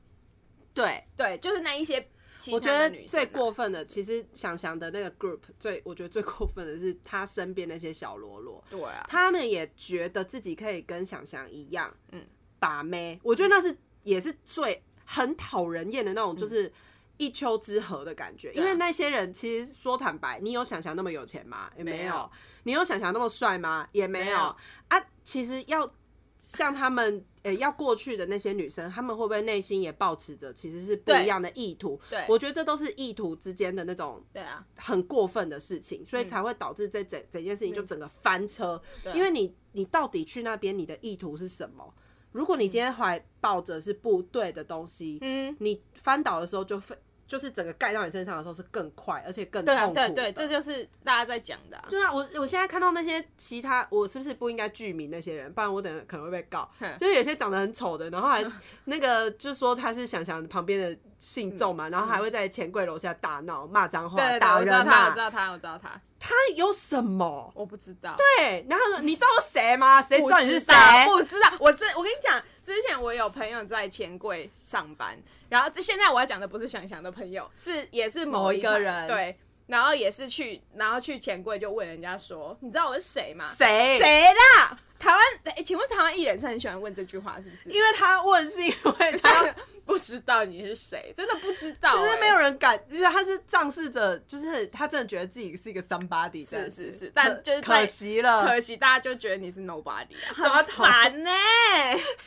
S2: 对，
S1: 对，就是那一些其
S2: 我觉
S1: 他的
S2: 得
S1: 女生啊、
S2: 最过分的，其实想想的那个 group 最，我觉得最过分的是他身边那些小喽啰，
S1: 对啊，
S2: 他们也觉得自己可以跟想想一样，嗯
S1: 嗯，
S2: 把妹，我觉得那是也是最很讨人厌的那种，就是一丘之貉的感觉。因
S1: 对啊
S2: 为那些人其实说坦白，你有想想那么有钱吗？也没
S1: 没
S2: 有
S1: 有。
S2: 你有想想那么帅吗？也没
S1: 没
S2: 有
S1: 有。
S2: 啊，其实要像他们。呃、要过去的那些女生，她们会不会内心也保持着其实是不
S1: 对
S2: 一样的意图？
S1: 对
S2: 我觉得这都是意图之间的那种
S1: 对啊，
S2: 很过分的事情，所以才会导致这整整件事情就整个翻车。
S1: 嗯对啊
S2: 因为你你到底去那边你的意图是什么？如果你今天怀抱着是不对的东西，
S1: 嗯，
S2: 你翻倒的时候就非就是整个盖到你身上的时候是更快，而且更
S1: 对啊，
S2: 痛苦
S1: 对
S2: 的。
S1: 对，这就是大家在讲的、啊，
S2: 对啊，我我现在看到那些其他，我是不是不应该剧名那些人？不然我等下可能会被告。
S1: 哼
S2: 就是有些长得很丑的，然后还那个就说他是想想旁边的信众嘛，然后还会在钱柜楼下大闹骂脏话
S1: 嗯对对对，
S2: 打
S1: 我知道
S2: 人
S1: 他，我
S2: 嘛
S1: 知。道他，我知道他，
S2: 他有什么？
S1: 我不知道，
S2: 对，然后他说你知道我谁吗？谁知道哎你是谁？
S1: 不知道，我这我跟你讲，之前我有朋友在钱柜上班，然后这现在我要讲的不是想想的朋友，是也是某
S2: 某一个人
S1: 对，然后也是去，然后去钱柜就问人家说，你知道我是谁吗？
S2: 谁？
S1: 谁啦？台湾哎、请问台湾艺人是很喜欢问这句话是不是？ *laughs*
S2: 因为他问是因为他
S1: 不知道你是谁，真的不知道、
S2: *laughs* 只是
S1: 哎
S2: 没有人敢，就是他是仗势着，就是他真的觉得自己是一个 somebody，这样子
S1: 是是
S2: 可
S1: 但就是在
S2: 可惜了，
S1: 可惜大家就觉得你是 nobody，啊
S2: 抓
S1: 很
S2: 头
S1: 烦呢、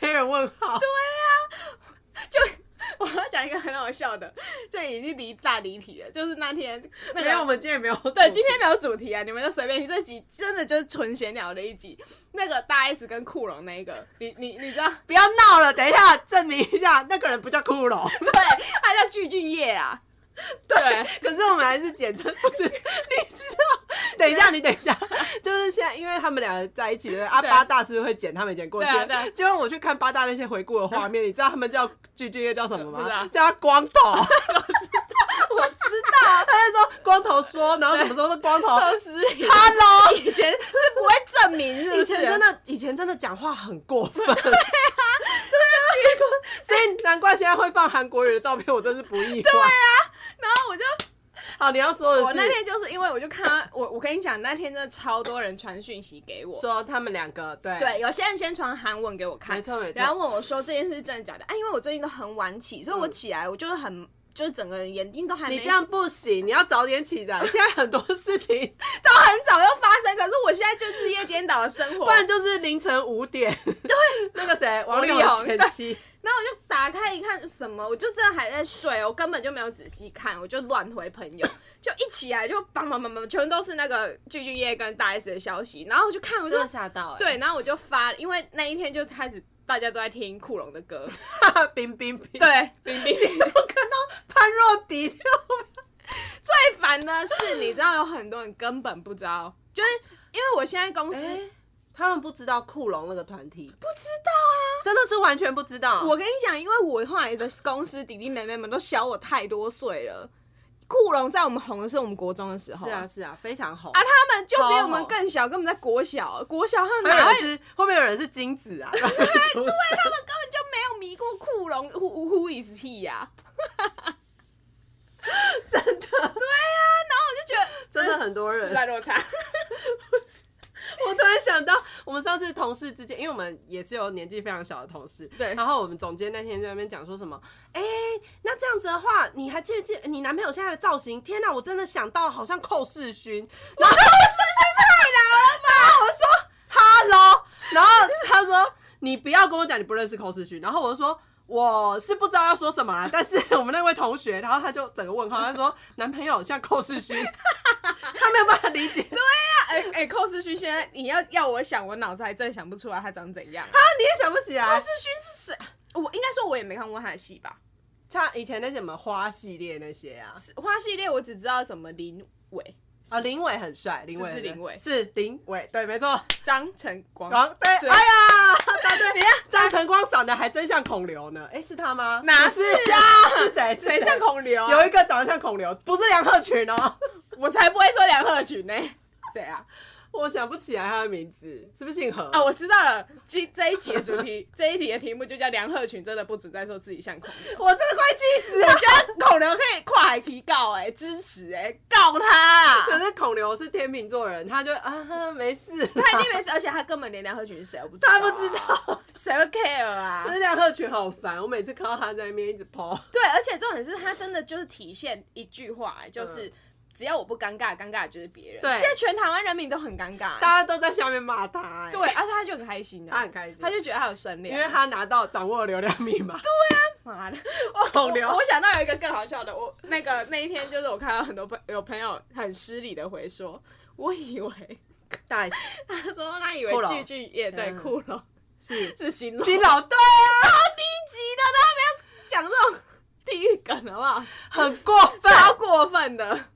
S2: 黑人问号。
S1: *laughs* 我要讲一个很好笑的，这已经离大离题了。就是那天那
S2: 没有，我
S1: 个，
S2: 啊们今天也没有。
S1: 对，今天没有主题啊，你们就随便。你这集真的就是纯闲聊的一集。那个大 S 跟库龙那一个，你你你知道，
S2: 不要闹了，等一下证明一下，那个人不叫骷髅。
S1: 对，他叫具俊晔啊。对，
S2: 可是我们还是简称，不
S1: *laughs*
S2: 是？你知道？等一下，你等一下，就是现在，因为他们两个在一起了，阿
S1: 对
S2: 八大是会剪他们以前过去
S1: 对啊对啊
S2: 的。就我去看八大那些回顾的画面，你知道他们叫巨巨又叫什么
S1: 不知
S2: 吗
S1: 道？
S2: 叫他
S1: *laughs*
S2: 光头。
S1: 我知道，
S2: 他就说光头说，然后什么时候都光头。
S1: 超失礼。
S2: Hello，
S1: 以前是不会证明，是不是？
S2: 以前真的，以前真的讲话很过
S1: *laughs*
S2: 分。对啊，真的，所以难怪现在会放韩国语的照片，我真是不意外。
S1: 然后我就
S2: 好，你要说的是，
S1: 啊我那天就是因为我就看到我，我跟你讲，那天真的超多人传讯息给我。
S2: 说他们两个对
S1: 对，有些人先传韩文给我看，
S2: 没错没错嗯
S1: 然后问我说这件事是真的假的啊？因为我最近都很晚起，所以我起来我就是很。就是整个人眼睛都还没
S2: 你这样不行，你要早点起
S1: *laughs*
S2: 来。现在很多事情，
S1: 都很早就发生，可是我现在就日夜颠倒的生活。
S2: 不然就是凌晨五点。对， *laughs* 那个谁，王力
S1: 王力
S2: 宏
S1: 宏
S2: 前妻，
S1: 然后我就打开一看，什么？我就真的还在睡，我根本就没有仔细看，我就乱回朋 *laughs* 友，就一起来就梆梆梆梆，全都是那个巨巨夜跟大 S 的消息。然后我就看，我就
S2: 吓到哎
S1: 对，然后我就发，因为那一天就开始大家都在听库龙的歌，
S2: 对， *laughs* 冰冰冰，
S1: *laughs* 对，冰冰冰。
S2: 我看到潘若迪就
S1: 最烦的是，你知道有很多人根本不知道，就是因为我现在公司、
S2: 他们不知道库龙那个团体，
S1: 不知道
S2: 真的是完全不知道。
S1: 啊。我跟你讲，因为我后来的公司弟弟妹妹们都小我太多岁了。库龙在我们红的是我们国中的时候，
S2: 是啊是啊，非常红。
S1: 啊，他们就比我
S2: 超
S1: 们
S2: 红
S1: 更小，根本在国小，国小他们
S2: 会不
S1: 哪哎
S2: 会
S1: 会
S2: 有人
S1: *laughs*
S2: 是会不会有人是金子啊？对，他
S1: 他们根本就没有迷过库龙，Who Who is he 呀、 *laughs*
S2: 真的， *laughs* 对呀、然后我就觉得真的很多
S1: 啊？
S2: 人
S1: 时代落差，
S2: *laughs* 我突然想到，我们上次同事之间，因为我们也是有年纪非常小的同事，
S1: 对
S2: 然后我们总监那天就在那边讲说什么，哎、那这样子的话，你还记不记得你男朋友现在的造型？天哪、我真的想到好像寇世勋，然后寇世勋太老了吧？我说 Hello，然后他说你不要跟我讲你不认识寇世勋，然后我就说。我是不知道要说什么啦，但是我们那位同学，然后他就整个问号，他说男朋友像寇世勋， *laughs* 他没有办法理解
S1: *laughs* 哎、哎，寇世勋现在你要要我想，我脑子还真想不出来他长怎样、啊。
S2: 啊，你也想不 *laughs* 起来
S1: 寇世勋是谁？我应该说我也没看过他的戏吧。
S2: 像以前那些什么花系列那些啊，
S1: 花系列我只知道什么林伟、
S2: 啊，林伟很帅，林伟
S1: 是不是
S2: 很
S1: 林伟哦
S2: 是林伟，对，没错，
S1: 张晨光，
S2: 王对，
S1: 是
S2: 哎呀，答对，
S1: 你看
S2: 张晨光长得还真像孔刘呢，哎，是他吗？
S1: 哪
S2: 不是
S1: 是啊？
S2: 是谁？是
S1: 谁像？孔刘、啊？
S2: 有一个长得像孔刘，不是梁鹤群哦， *laughs*
S1: 我才不会说梁鹤群呢、谁啊？
S2: 我想不起来他的名字，是不是姓何？
S1: 啊，我知道了。这这一集的主题， *laughs* 这一集的题目就叫梁鹤群真的不准再说自己像孔刘。
S2: 我真的快气死
S1: 我
S2: 了。
S1: 觉得孔刘可以跨海提告、哎，支持、哎，告他、
S2: 可是孔刘是天秤座人，他就啊哈没事，
S1: *laughs* 他一定没事，而且他根本连梁鹤群是谁都不知道、
S2: 他不知，道。
S1: 谁会 care 啊
S2: 可？是梁鹤群好烦，我每次看到他在那边一直抛。
S1: 对，而且重点是他真的就是体现一句话、哎就是、
S2: 嗯
S1: 只要我不尴尬，尴尬的就是别人。
S2: 对
S1: 现在全台湾人民都很尴尬、哎
S2: 大家都在下面骂他、哎，
S1: 对，，啊，他就很开心啊，
S2: 他很开心
S1: 他就觉得他有声量，
S2: 因为他拿到掌握流量密码， *laughs*
S1: 妈的，
S2: 孔刘
S1: 我我想到有一个更好笑的，我那个那一天就是我看到很多朋有朋友很失礼的回说，我以为
S2: 大
S1: 他说他以为
S2: 酷龙
S1: 句句也对
S2: 嗯
S1: 酷龙
S2: 是
S1: 是新郎，
S2: 新老对啊，
S1: 低级的，他们要讲这种地狱梗好不好？
S2: 很过分。
S1: 超过分的，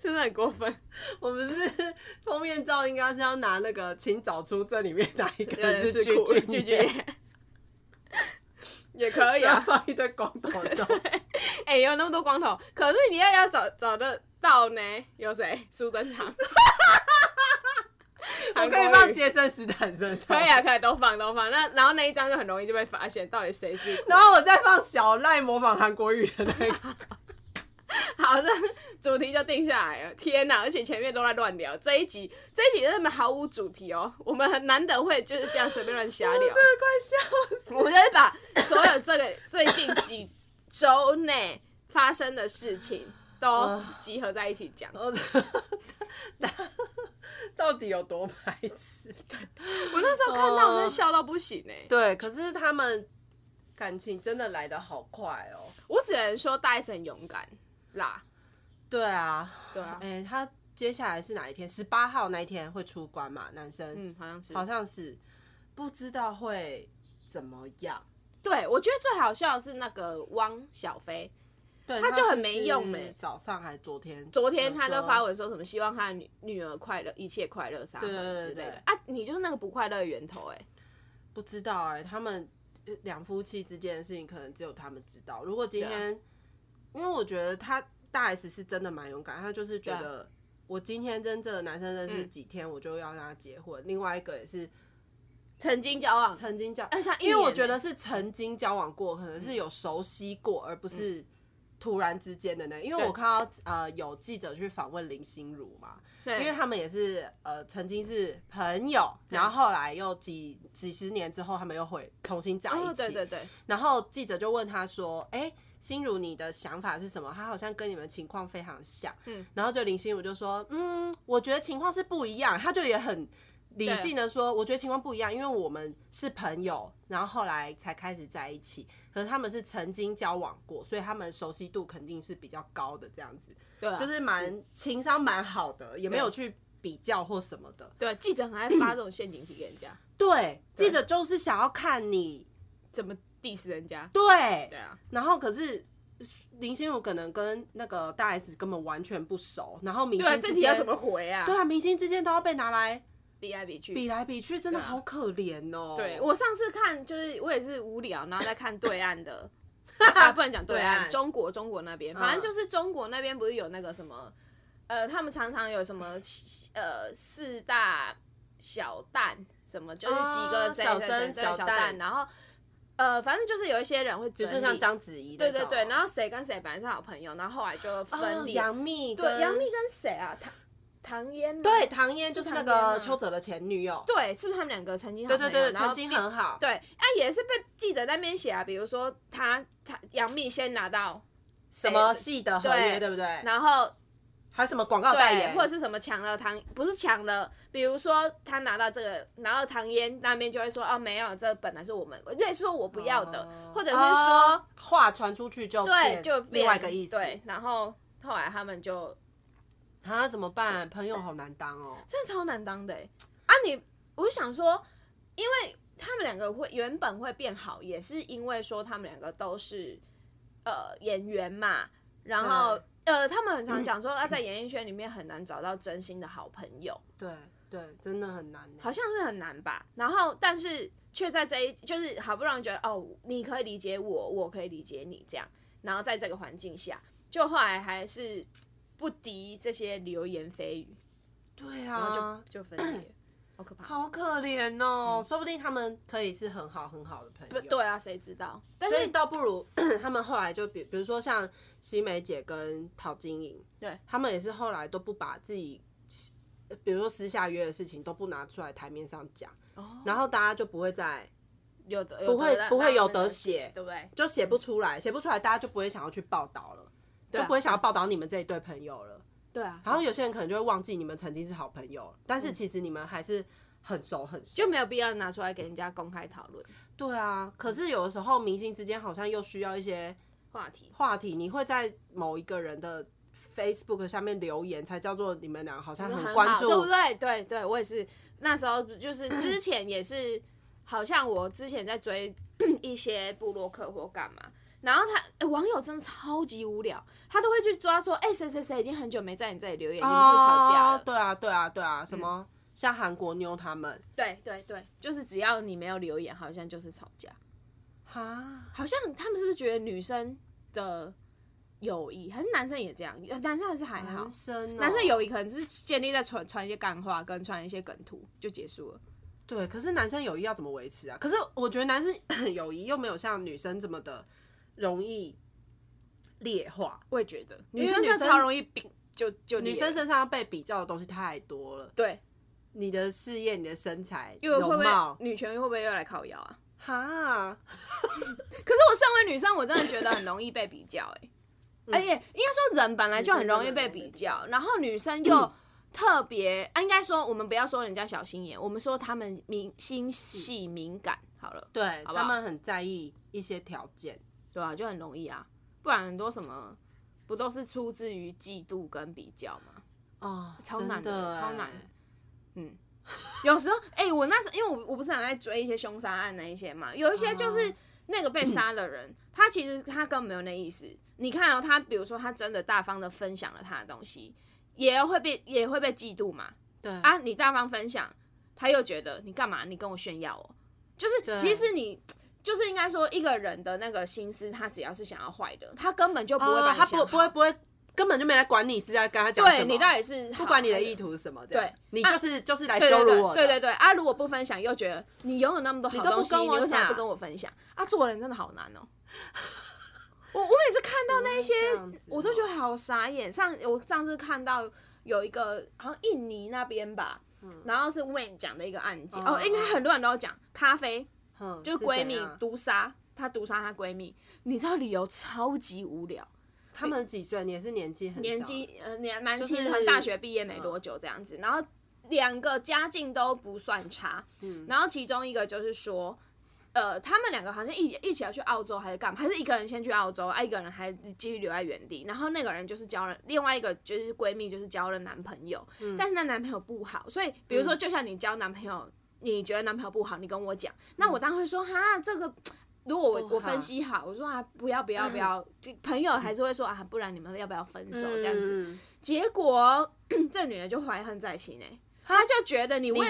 S1: 真的很过分。
S2: 我们是封面照，应该是要拿那个，请找出这里面哪一个
S1: 对，
S2: 是
S1: 酷句
S2: 拒拒
S1: 句
S2: 绝，
S1: *laughs* 也可以
S2: 要
S1: 啊。
S2: 放一堆光头照，
S1: *laughs* 哎、有那么多光头，可是你要要找找得到呢？有谁？苏贞
S2: *laughs*
S1: 昌，
S2: 我
S1: 韩
S2: 可
S1: 国
S2: 以
S1: 瑜
S2: 放杰森斯坦森，
S1: 可以。啊，可以都放都放。那然后那一张就很容易就被发现到底谁是 *laughs* 酷。
S2: 然后我再放小赖模仿韩国语的 *laughs* 那个，
S1: 好，这主题就定下来了。天哪！而且前面都在乱聊，这一集这一集真的毫无主题哦。我们很难得会就是这样随便乱瞎
S2: *laughs* 我真
S1: 聊
S2: 的。快笑死。
S1: 我就会把所有这个最近几周内发生的事情都集合在一起讲。
S2: 我真的啊 *laughs* 到底有多白痴？
S1: 我那时候看到，我
S2: 哦
S1: 真的笑到不行哎、
S2: 对，可是他们感情真的来的好快哦。
S1: 我只能说大 S 很勇敢啦，
S2: 对啊，
S1: 对啊，
S2: 哎、他接下来是哪一天？十八号那一天会出关嘛？男生、
S1: 嗯，好像是。
S2: 好像是不知道会怎么样。
S1: 对，我觉得最好笑的是那个汪小菲，
S2: 对，
S1: 他就很没
S2: 是不是
S1: 用欸
S2: 早上还昨天，
S1: 昨天
S2: 有
S1: 他就
S2: 说
S1: 发文说什么希望他的女女儿快乐，一切快乐啥
S2: 对对对
S1: 之类
S2: 对
S1: 的啊，你就是那个不快乐的源头哎、
S2: 不知道哎、他们呃两夫妻之间的事情可能只有他们知道。如果今
S1: 啊
S2: 天，因为我觉得他大 S 是真的蛮勇敢，他就是觉得
S1: 啊
S2: 我今天跟这个男生认
S1: 嗯
S2: 识几天，我就要跟他结婚。另外一个也是
S1: 曾经交往，
S2: 曾经交，
S1: 而且他一
S2: 因为我
S1: 年
S2: 觉
S1: 欸
S2: 得是曾经交往过，可能是有熟悉过，而不是突然之间的呢。因为
S1: 对
S2: 我看到呃有记者去访问林心如嘛，
S1: 对
S2: 因为他们也是呃曾经是朋友，然后后来又几几十年之后他们又会重新在一
S1: 哦，
S2: 起。
S1: 对对对，
S2: 然后记者就问他说：“哎、心如你的想法是什么？他好像跟你们情况非常像。”
S1: 嗯，
S2: 然后就林心如就说：“嗯，我觉得情况是不一样。”他就也很理性的说：“我觉得情况不一样，因为我们是朋友，然后后来才开始在一起。可是他们是曾经交往过，所以他们熟悉度肯定是比较高的，这样子
S1: 对啊、
S2: 就是蛮情商蛮好的，也没有去比较或什么的。
S1: 对啊记者很爱发这种陷阱题给人家，
S2: 对，记者就是想要看你
S1: 怎么 diss 人家？
S2: 对
S1: 对啊，
S2: 然后可是林心如可能跟那个大 S 根本完全不熟，然后明
S1: 啊
S2: 星之间
S1: 回啊
S2: 对啊，明星之间都要被拿来
S1: 比来比去。
S2: 比来比去，真的
S1: 对啊
S2: 好可怜哦。
S1: 对我上次看就是我也是无聊，然后再看对岸
S2: *laughs*
S1: 的，啊、不能讲对
S2: 对
S1: 岸，
S2: 岸嗯
S1: 中国中国那边，反正就是中国那边不是有那个什么，呃，他们常常有什么呃四大小蛋什么，就是几
S2: 哦
S1: 个谁
S2: 小
S1: 谁
S2: 生
S1: 谁
S2: 小
S1: 对小
S2: 蛋
S1: 蛋，然后呃，反正就是有一些人会
S2: 比
S1: 整
S2: 如说
S1: 理，
S2: 像章子怡那
S1: 对
S2: 种，
S1: 对对，然后谁跟谁本来是好朋友，然后后来就分
S2: 哦
S1: 裂。
S2: 杨幂
S1: 对，
S2: 跟
S1: 杨幂跟谁啊？唐唐嫣吗
S2: 对唐嫣就是
S1: 是
S2: 那
S1: 唐嫣
S2: 个
S1: 吗
S2: 邱泽的前女友，
S1: 对，是不是他们两个曾经好
S2: 对
S1: 朋
S2: 对
S1: 友
S2: 对，
S1: 然后
S2: 曾经很好，
S1: 对，啊也是被记者在那边写啊，比如说他他杨幂先拿到
S2: 什
S1: 什
S2: 么戏的合约
S1: 对
S2: 对不对？
S1: 然后
S2: 还有什么广告代
S1: 对，
S2: 言，
S1: 或者是什么抢了唐，不是抢了，比如说他拿到这个，拿到唐嫣那边就会说哦没有，这本来是我们，类似说我不要的，
S2: 哦
S1: 或者是说、
S2: 哦话传出去就
S1: 对
S2: 变
S1: 就
S2: 另
S1: 变
S2: 外一个意思，
S1: 对，然后后来他们就
S2: 啊怎么办？朋友好难当哦，
S1: 真的超难当的欸啊你！我就想说，因为他们两个会原本会变好，也是因为说他们两个都是呃演员嘛，然后
S2: 对。
S1: 呃，他们很常讲说，啊，在演艺圈里面很难找到真心的好朋友，
S2: 对对，真的很难耶，欸
S1: 好像是很难吧。然后，但是却在这一，就是好不容易觉得哦，你可以理解我，我可以理解你这样。然后在这个环境下，就后来还是不敌这些流言蜚语，
S2: 对
S1: 然后就、
S2: 啊，
S1: 就分裂，好可怕。
S2: 好可怜哦，说不定他们可以是很好很好的朋
S1: 不
S2: 友，
S1: 对啊，谁知道？但
S2: 所以
S1: 是
S2: 倒不如 *clears throat* 他们后来就比，比如说像西梅姐跟陶晶莹，
S1: 对
S2: 他们也是后来都不把自己，呃比如说私下约的事情都不拿出来台面上讲，
S1: 哦
S2: 然后大家就不会再
S1: 有的
S2: 不会不会有得
S1: 写，
S2: 写，
S1: 对不对？
S2: 就写不出来，写不出来，大家就不会想要去报道了，
S1: 对啊
S2: 就不会想要报道你们这一对朋友了。
S1: 对啊，
S2: 然后有些人可能就会忘记你们曾经是好朋友，但
S1: 嗯
S2: 是其实你们还是很熟很熟。
S1: 就没有必要拿出来给人家公开讨论
S2: 对啊，可是有的时候明星之间好像又需要一些。
S1: 话题。
S2: 话题，你会在某一个人的 Facebook 下面留言，才叫做你们俩好像很关
S1: 好
S2: 注
S1: 对不对？对对，我也是。那时候就是
S2: *clears throat*
S1: 之前也是，好像我之前在追 *clears throat* 一些部落客或干嘛，然后他、诶网友真的超级无聊，他都会去抓说，哎、谁谁谁已经很久没在你这里留言，你们是不是吵架了？
S2: 哦对啊，对啊，对啊，什么、像韩国妞他们
S1: 对对对，就是只要你没有留言，好像就是吵架。
S2: 哈，
S1: 好像他们是不是觉得女生的友谊，还是男生也这样？呃男生还是还好
S2: 男，生、哦、
S1: 男生友谊可能是建立在传传一些干话跟传一些梗图就结束了。
S2: 对，可是男生友谊要怎么维持啊？可是我觉得男生 *coughs* 友谊又没有像女生这么的容易劣化，
S1: 我也觉得，
S2: 为
S1: 女生
S2: 女
S1: 就
S2: 生
S1: 超容易比就就
S2: 女生身上要被比较的东西太多了，
S1: 对，
S2: 你的事业、你的身材、
S1: 因为会不
S2: 容貌
S1: 会，女权会不会又来靠腰啊？
S2: 哈，
S1: 可是我身为女生，我真的觉得很容易被比较哎、
S2: 嗯
S1: 而且应该说人本来就很容易被比较，然后女生又
S2: *clears throat*
S1: 特别，啊，应该说我们不要说人家小心眼，我们说她们敏心细敏感好了，
S2: 对
S1: 好不好
S2: 他们很在意一些条件。
S1: 对啊，就很容易啊，不然很多什么不都是出自于嫉妒跟比较吗？
S2: 哦，
S1: 超难的
S2: 真的欸
S1: 超难嗯，有时候，哎、我那时候因为我我不是很爱追一些凶杀案那一些嘛，有一些
S2: 哦
S1: 就是那个被杀的人，他其实他根本没有那意思。你看哦，他比如说他真的大方的分享了他的东西，也会被也会被嫉妒嘛。
S2: 对啊，
S1: 啊，你大方分享，他又觉得你干嘛？你跟我炫耀哦，就是
S2: 对
S1: 其实你。就是应该说，一个人的那个心思，他只要是想要坏的，他根本就不会把你
S2: 哦他
S1: 想好、
S2: 不不会不会，根本就没来管你是在跟他讲什
S1: 对
S2: 么，
S1: 你到底是
S2: 不
S1: 不
S2: 管你的意图是什么，这样
S1: 对啊
S2: 你就是就是来
S1: 对
S2: 羞
S1: 对
S2: 辱我的，
S1: 对对对啊！如果不分享，又觉得你拥有那么多好东西，
S2: 你都不
S1: 你
S2: 跟我
S1: 为什么
S2: 讲
S1: 不跟我分享啊？做人真的好难
S2: *laughs*
S1: 哦、我我每次看到那一些
S2: 原来这样子哦，
S1: 我都觉得好傻眼。上我上次看到有一个好像印尼那边吧，然后是 Wayne 讲的一个案件
S2: 嗯哦
S1: 哦，应该很多人都有讲咖啡，
S2: 嗯，
S1: 就是闺
S2: 怎
S1: 蜜
S2: 样
S1: 毒杀，她毒杀她闺蜜，你知道理由超级无聊。
S2: 他们几岁？你也是年纪很小
S1: 年纪呃年蛮
S2: 就是嗯
S1: 轻，可能大学毕业没多久这样子，然后两个家境都不算差，
S2: 嗯
S1: 然后其中一个就是说。呃，他们两个好像一一起要去澳洲还是干嘛？还是一个人先去澳洲，啊，一个人还继续留在原地。然后那个人就是交了另外一个就是闺蜜，就是交了男朋友，
S2: 嗯
S1: 但是那男朋友不好，所以比如说，就像你交男朋友，你觉得男朋友不好，你跟我讲，那我当然会说哈，这个如果我
S2: 嗯不
S1: 我
S2: 好
S1: 分析好，我说啊，不要不要不
S2: *laughs*
S1: 要，就朋友还是会说啊，不然你们要不要分手这样子？，
S2: 嗯
S1: 结果 *clears throat* 这女的就怀恨在心哎、她就觉得你为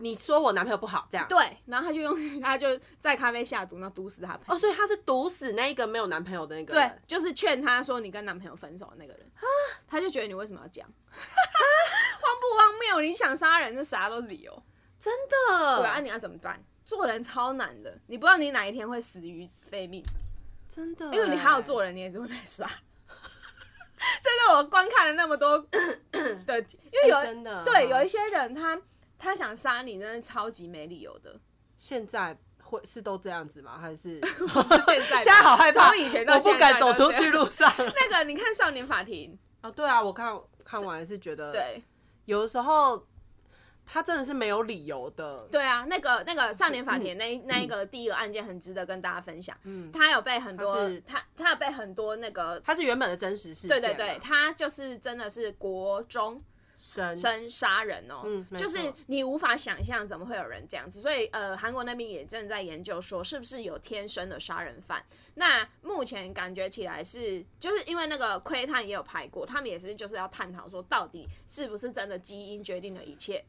S2: 你说我男朋友不好这样。
S1: 对，然后她就用 *laughs* 她就在咖啡下毒，然后毒死她朋
S2: 哦，
S1: 友。
S2: 所以他是毒死那一个没有男朋友的那个
S1: 对
S2: 人，，
S1: 就是劝她说你跟男朋友分手的那个人，她就觉得你为什么要讲？我不荒谬？你想杀人，这啥都是理由。
S2: 真
S1: 对啊，
S2: 的，
S1: 你要怎么办？做人超难的，你不知道你哪一天会死于非命，
S2: 真的欸，
S1: 因为你还有做人，你也是会被杀。 *laughs* 这是我观看了那么多 *coughs* 的，因为
S2: 欸，
S1: 有、
S2: 真的
S1: 对有一
S2: 些
S1: 些人他他想杀你，真的超级没理由
S2: *laughs*
S1: 的。
S2: 现在会是都这样子吗？还
S1: *laughs*
S2: 是
S1: 是现在的
S2: 现在好害怕，
S1: 从以前到
S2: 我不
S1: 现在
S2: 敢
S1: 都
S2: 走出
S1: 这样
S2: 去路上
S1: 那个你看少年法庭，
S2: 啊！对啊，我看看完是觉得，，
S1: 对
S2: 有的时候他真的是没有理由的，
S1: 对啊，那个那个少年法庭那一那一个第一个案件很值得跟大家分享。
S2: 嗯，
S1: 他有被很
S2: 他
S1: 多
S2: 是
S1: 他他有被很多那个。
S2: 他是原本的真实事件
S1: 对对
S2: 啊，
S1: 对，他就是真的是国中
S2: 神
S1: 生杀人哦、
S2: 嗯没错
S1: 就是你无法想象怎么会有人这样子，所以呃，韩国那边也正在研究说是不是有天生的杀人犯。那目前感觉起来是，就是因为那个窥探也有拍过，他们也是就是要探讨说到底是不是真的基因决定了一
S2: *clears throat*
S1: 切。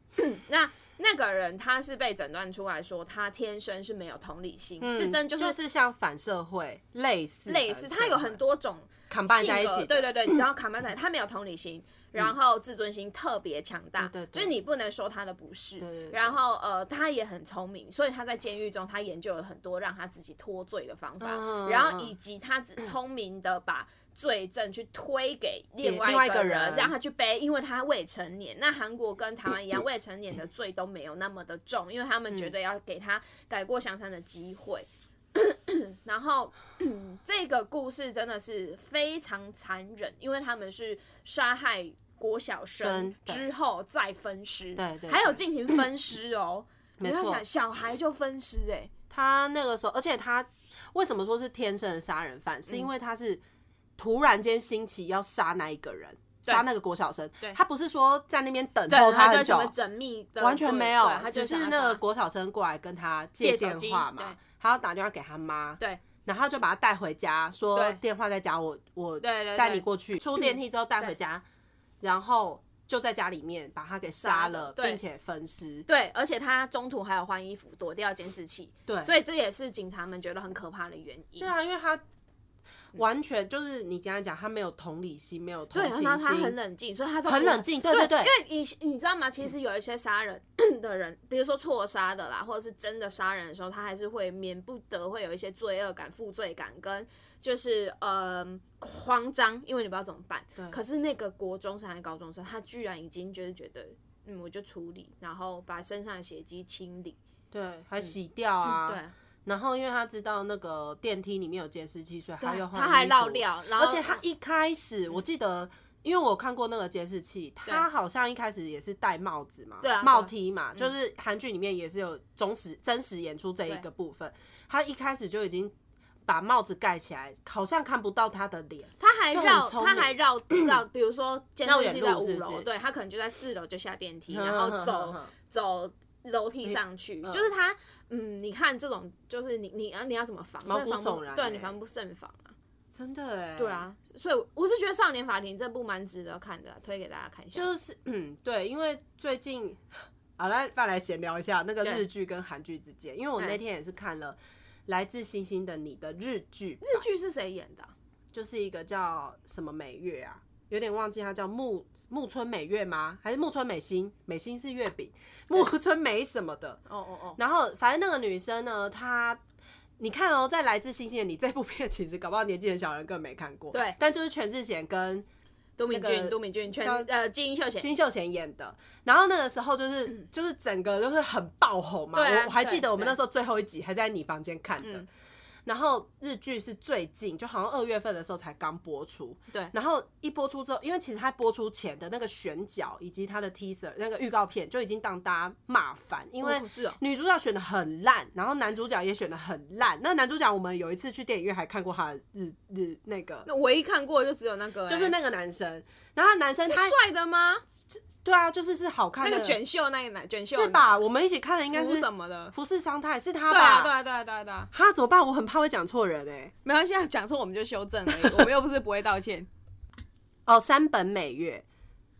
S1: 那那个人他是被诊断出来说他天生是没有同理心，
S2: 嗯
S1: 是真就是
S2: 是呃啊像反社会类似
S1: 类似，他有很多种。
S2: 砍绊在一
S1: 性
S2: 起
S1: 格
S2: 的，
S1: 对对对，你知道卡曼仔他没有同理心，然后自尊心特别强大，
S2: 对对对
S1: 就是你不能说他的不是。
S2: 对对对
S1: 然后呃，他也很聪明，所以他在监狱中他研究了很多让他自己脱罪的方法，
S2: 嗯
S1: 然后以及他只聪明的把。罪证去推给另外
S2: 另外一
S1: 个
S2: 个
S1: 人，
S2: 人
S1: 让他去背，因为他未成年。那韩国跟台湾一样，未成年的罪都没有那么的重，因为他们
S2: 嗯
S1: 觉得要给他改过向善的机会。然后、嗯这个故事真的是非常残忍，因为他们是杀害国小生
S2: 生对
S1: 之后再分尸，
S2: 对对
S1: 还有进行分尸
S2: *laughs*
S1: 哦。你
S2: 没错
S1: 要想小孩就分尸哎、
S2: 他那个时候，而且他为什么说是天生的杀人
S1: 嗯
S2: 犯，是因为他是突然间兴起要杀那一个人，
S1: 对
S2: 杀那个郭晓生
S1: 对，
S2: 他不是说在那边等
S1: 对，
S2: 候
S1: 他
S2: 很
S1: 就什
S2: 久
S1: 么，缜密的，
S2: 完全没有
S1: 对他，就
S2: 只
S1: 想
S2: 是
S1: 要
S2: 那个
S1: 杀
S2: 郭晓生过来跟他借
S1: 借手
S2: 电
S1: 机
S2: 话
S1: 对
S2: 嘛，他要打电话给他妈，
S1: 对
S2: 然后他就把他带回家，说
S1: 对
S2: 电话在家，我我
S1: 对对对
S2: 带你
S1: *clears throat*
S2: 过去，出电梯之后带回家，然后就在家里面把他给
S1: 杀
S2: 杀
S1: 了
S2: 了，
S1: 对
S2: 并且分尸。
S1: 对，而且他中途还有换衣服躲掉监视器，
S2: 对
S1: 所以这也是警察们觉得很可怕的原因。
S2: 对啊，因为
S1: 嗯
S2: 他完全就是你刚才讲，他没有同理心，没有同
S1: 对，
S2: 情
S1: 然后他很
S2: 心，
S1: 冷静，所以他都
S2: 很
S1: 不
S2: 冷静。对对
S1: 对因，
S2: 对
S1: 为你你知道吗？其实有一些杀人的人，比如说错杀的啦，或者是真的杀人的时候，他还是会免不得会有一些罪恶感、负罪感，跟就是嗯、慌张，因为你不知道怎么办。
S2: 对
S1: 可是那个国中生还是高中生，他居然已经就是觉得，嗯，我就处理，然后把身上的血迹清理。
S2: 对，还洗掉啊。
S1: 嗯对，
S2: 然后因为他知道那个电梯里面有监视器，所以他又换
S1: 他还
S2: 衣服
S1: 绕。料，然后
S2: 而且他一开始
S1: 嗯
S2: 我记得，因为我看过那个监视器，他好像一开始也是戴帽子嘛，
S1: 对啊
S2: 帽 T 嘛，就是韩剧里面也是有忠实真实演出这一个部分。他一开始就已经把帽子盖起来，好像看不到他的脸。
S1: 他还
S2: 就很
S1: 绕，
S2: 聪
S1: 他还
S2: *clears throat*
S1: 绕绕，比如说监视器在
S2: 绕
S1: 五
S2: 远路
S1: 楼，
S2: 是不是
S1: 对他可能就在四楼就下电梯，然后走
S2: 哼哼哎哼
S1: 走楼梯上去，就是他，嗯，你看这种，就是你你啊，你要怎么防？
S2: 毛
S1: 真的
S2: 骨
S1: 防不
S2: 悚然
S1: 对
S2: 欸
S1: 你防不胜防啊。
S2: 真的哎，
S1: 对，啊，所以我是觉得《少年法庭》这部蛮值得看的啊，推给大家看一下。
S2: 就是 *clears throat* 嗯，对，因为最近好来，再来闲聊一下那个
S1: 对
S2: 日剧跟韩剧之间，因为我
S1: 哎
S2: 那天也是看了《来自星星的你》的日剧，
S1: 日剧是谁演的啊？
S2: 就是一个叫什么美月啊，有点忘记它叫木木村美月吗？还是木村美心？美心是月饼，木村美什么的。
S1: 哦哦哦，
S2: 然后反正那个女生呢，她。你看哦，在《来自星星的你》这部片，其实搞不好年纪很小的人根本没看过。
S1: 对
S2: 但就是全智贤跟
S1: 都敏
S2: 那
S1: 俊，
S2: 个
S1: 都敏俊，全
S2: 叫
S1: 呃金英秀贤，
S2: 金秀贤演的。然后那个时候就是就是整个就是很爆红嘛，
S1: 对啊
S2: 我我还记
S1: 对
S2: 得我们
S1: 对
S2: 那时候最后一集还在你房间看的
S1: 嗯。
S2: 然后日剧是最近，就好像二月份的时候才刚播出。
S1: 对
S2: 然后一播出之后，因为其实它播出前的那个选角以及它的 teaser 那个预告片就已经让大家骂翻，因为
S1: 哦是哦
S2: 女主角选的很烂，然后男主角也选的很烂。那男主角我们有一次去电影院还看过他的日日那个，
S1: 那唯一看过就只有那个欸，
S2: 就是那个男生。然后男生
S1: 是
S2: 他
S1: 帅的吗？
S2: 对啊，就是是好看
S1: 那
S2: 的
S1: 个卷袖那个男卷袖
S2: 是吧？我们一起看的应
S1: 男？
S2: 该
S1: 服
S2: 是
S1: 什么的？
S2: 服饰商太是他
S1: 对啊
S2: 吧？
S1: 对啊对啊对啊对啊。
S2: 哈，怎么办？我很怕会讲错人哎、
S1: 没关系，啊，讲错我们就修正 *laughs* 而已，我们又不是不会道歉。
S2: 哦，三本美月，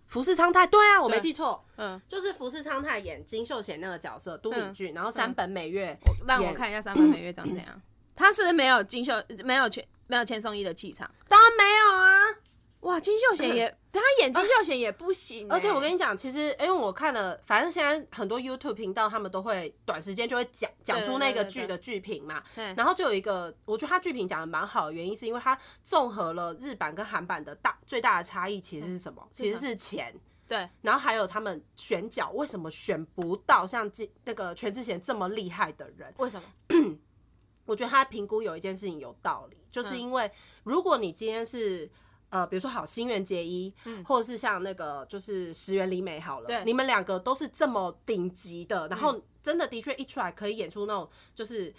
S2: 服饰昌太，对啊，我没
S1: 对
S2: 记错，
S1: 嗯，
S2: 就是服饰昌太演金秀贤那个角色都敏俊，然后三本美月，
S1: 让我
S2: 演
S1: 看一下三本美月长怎样。他是没有金秀，没有全没有千颂伊的气场。
S2: 当然没有啊，
S1: 哇，金秀贤也，他演金秀贤也不行欸、
S2: 而且我跟你讲，其实因为我看了，反正现在很多 YouTube 频道他们都会短时间就会讲讲出那个剧的剧评嘛。
S1: 对
S2: 然后就有一个，我觉得他剧评讲的蛮好的原因，是因为他综合了日版跟韩版的大最大的差异其实是什么？其实是钱。
S1: 对，
S2: 然后还有他们选角为什么选不到像金那个全智贤这么厉害的人？
S1: 为什么？
S2: 我觉得他评估有一件事情有道理，就是
S1: 嗯
S2: 因为如果你今天是呃，比如说好新垣结衣，或者是像那个就是石原里美好了，
S1: 嗯对嗯
S2: 你们两个都是这么顶级的，然后真的的确一出来可以演出那种就是。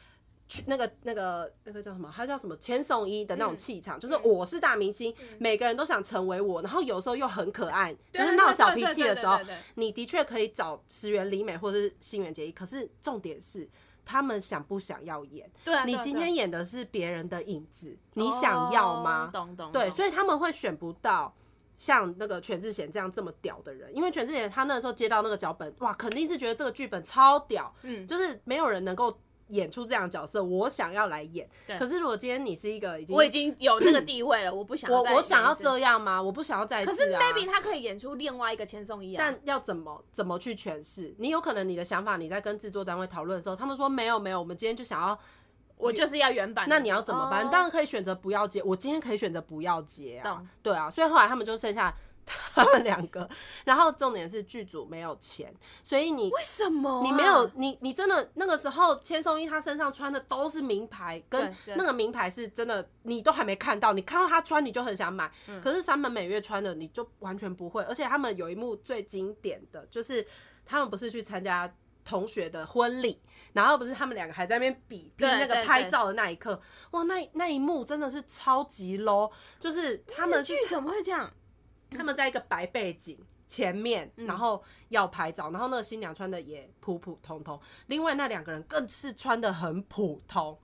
S2: 去那个、那个、那个叫什么？他叫什么？千颂伊的那种
S1: 嗯
S2: 气场，就是我是大明星，每个人都想成为我，然后有时候又很可爱，就是闹小脾气的时候
S1: 对对对对对对，
S2: 你的确可以找石原里美或者是新垣结衣。可是重点是，他们想不想要演？
S1: 对啊，
S2: 你
S1: 对啊
S2: 今
S1: 对啊
S2: 天演的是别人的影子，你想要吗
S1: 哦？懂懂。
S2: 对，
S1: 懂
S2: 所以他们会选不到像那个全智贤这样这么屌的人，因为全智贤他那时候接到那个脚本，哇，肯定是觉得这个剧本超屌，
S1: 嗯
S2: 就是没有人能够演出这样的角色，我想要来演。
S1: 对
S2: 可是如果今天你是一个已经
S1: 我已经有这个地位嗯了，我不想
S2: 我
S1: 再
S2: 我想要
S1: 演一次
S2: 这样吗？我不想要再、啊、
S1: 可是 maybe 他可以演出另外一个千颂伊啊，
S2: 但要怎么怎么去诠释？你有可能你的想法，你在跟制作单位讨论的时候，他们说没有没有，我们今天就想要，
S1: 我就是要原版的。
S2: 那你要怎么办？
S1: 哦
S2: 当然可以选择不要接，我今天可以选择不要接啊
S1: 懂，
S2: 对啊，所以后来他们就剩下他们两个，然后重点是剧组没有钱，所以你
S1: 为什么啊
S2: 你没有，你你真的那个时候，千颂伊她身上穿的都是名牌，跟
S1: 对对
S2: 那个名牌是真的，你都还没看到，你看到她穿你就很想买，
S1: 嗯
S2: 可是山本美月穿的你就完全不会，而且他们有一幕最经典的就是他们不是去参加。同学的婚礼，然后不是他们两个还在那边比拼
S1: 对
S2: 那个
S1: 对
S2: 拍
S1: 对
S2: 照的那一刻，哇，那那一幕真的是超级 low，就是他们是
S1: 剧怎么会这样？
S2: 他们在一个白背景前面，然
S1: 嗯
S2: 后要拍照，然后那个新娘穿的也普普通通，另外那两个人更是穿的很普通。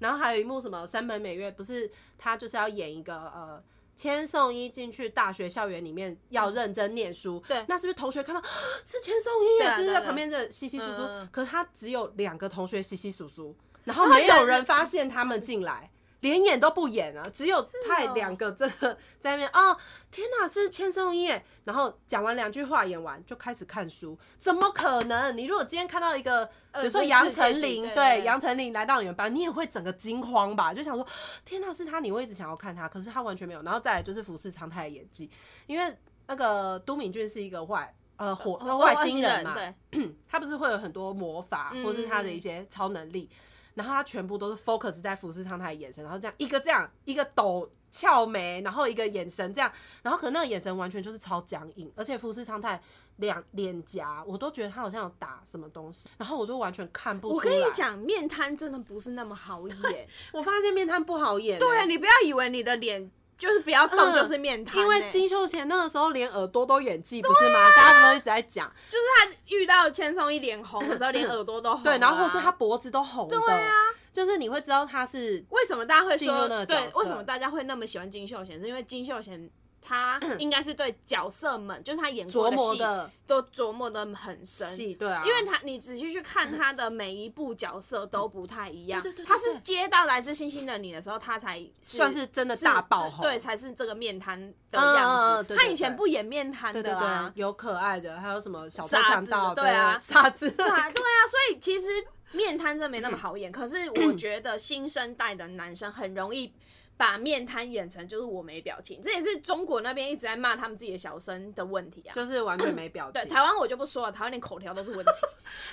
S2: 然后还有一幕什么山本美月不是她就是要演一个呃千颂伊进去大学校园里面要认真念书，
S1: 嗯对
S2: 那是不是同学看到是千颂
S1: 对
S2: 伊耶，
S1: 啊
S2: 是不是
S1: 对啊
S2: 在旁边的稀稀疏疏？
S1: 嗯
S2: 可是她只有两个同学稀稀疏疏，然后没有人发现他们进来。连演都不演啊，只有派两个真的在那边哦，天哪，是千颂伊耶，然后讲完两句话，演完就开始看书，怎么可能？你如果今天看到一个， *laughs* 比如说
S1: 呃
S2: 杨
S1: 世界
S2: 丞
S1: 级
S2: 琳，
S1: 对
S2: 对
S1: 对
S2: 杨丞琳来到你们班，你也会整个惊慌吧？就想说，天哪，是他，你会一直想要看他，可是他完全没有。然后再来就是服饰常态的演技，因为那个都敏俊是一个外呃火
S1: 哦
S2: 外星人嘛，
S1: 对，
S2: 他不是会有很多魔法，
S1: 嗯
S2: 或是他的一些超能力，然后他全部都是 focus 在服饰上他的眼神，然后这样一个这样一个抖翘眉，然后一个眼神这样，然后可能那个眼神完全就是超僵硬，而且服饰上太两脸颊我都觉得他好像有打什么东西，然后我就完全看不出来。
S1: 我跟你，讲，面瘫真的不是那么
S2: *laughs*
S1: 好演。
S2: 我发现面瘫不好演欸、
S1: 对啊你不要以为你的脸就是不要动就是面瘫欸，
S2: 嗯
S1: 啊
S2: 因为金秀贤那个时候连耳朵都演技不是吗？大家都一直在讲，
S1: 就是他遇到千颂伊脸红的时候，连耳朵都红了啊。
S2: 嗯对，然后或是他脖子都红的，
S1: 对啊，
S2: 就是你会知道他是
S1: 为什么大家会
S2: 进入
S1: 说
S2: 那个角
S1: 对
S2: 色？
S1: 为什么大家会那么喜欢金秀贤？是因为金秀贤他应该是对角色们，就是他演过
S2: 嗯琢磨
S1: 戏
S2: 的
S1: 都琢磨的很深。
S2: 戏，对啊，
S1: 因为他，你仔细去看他的每一部角色都不太一样。
S2: 嗯对对对对
S1: 他是接到《来自星星的你》的时候，他才
S2: 算是真的大爆红，
S1: 对，才是这个面瘫的
S2: 嗯嗯嗯
S1: 样子。
S2: 对对
S1: 他
S2: 对
S1: 以前不演面瘫
S2: 对对
S1: 的啊
S2: 对
S1: 啦，，
S2: 有可爱的，还有什么小偷
S1: 傻子
S2: 强盗，
S1: 对啊
S2: 傻子，
S1: *laughs* 对啊，对啊，所以其实面瘫真的没那么好
S2: *clears throat*
S1: 演。可是我觉得新生代的男生很容易把面瘫演成就是我没表情，这也是中国那边一直在骂他们自己的小生的问题啊。
S2: *laughs* 就是完全没表情
S1: 对，。台湾我就不说了，台湾连口条都是
S2: *laughs*
S1: 问题。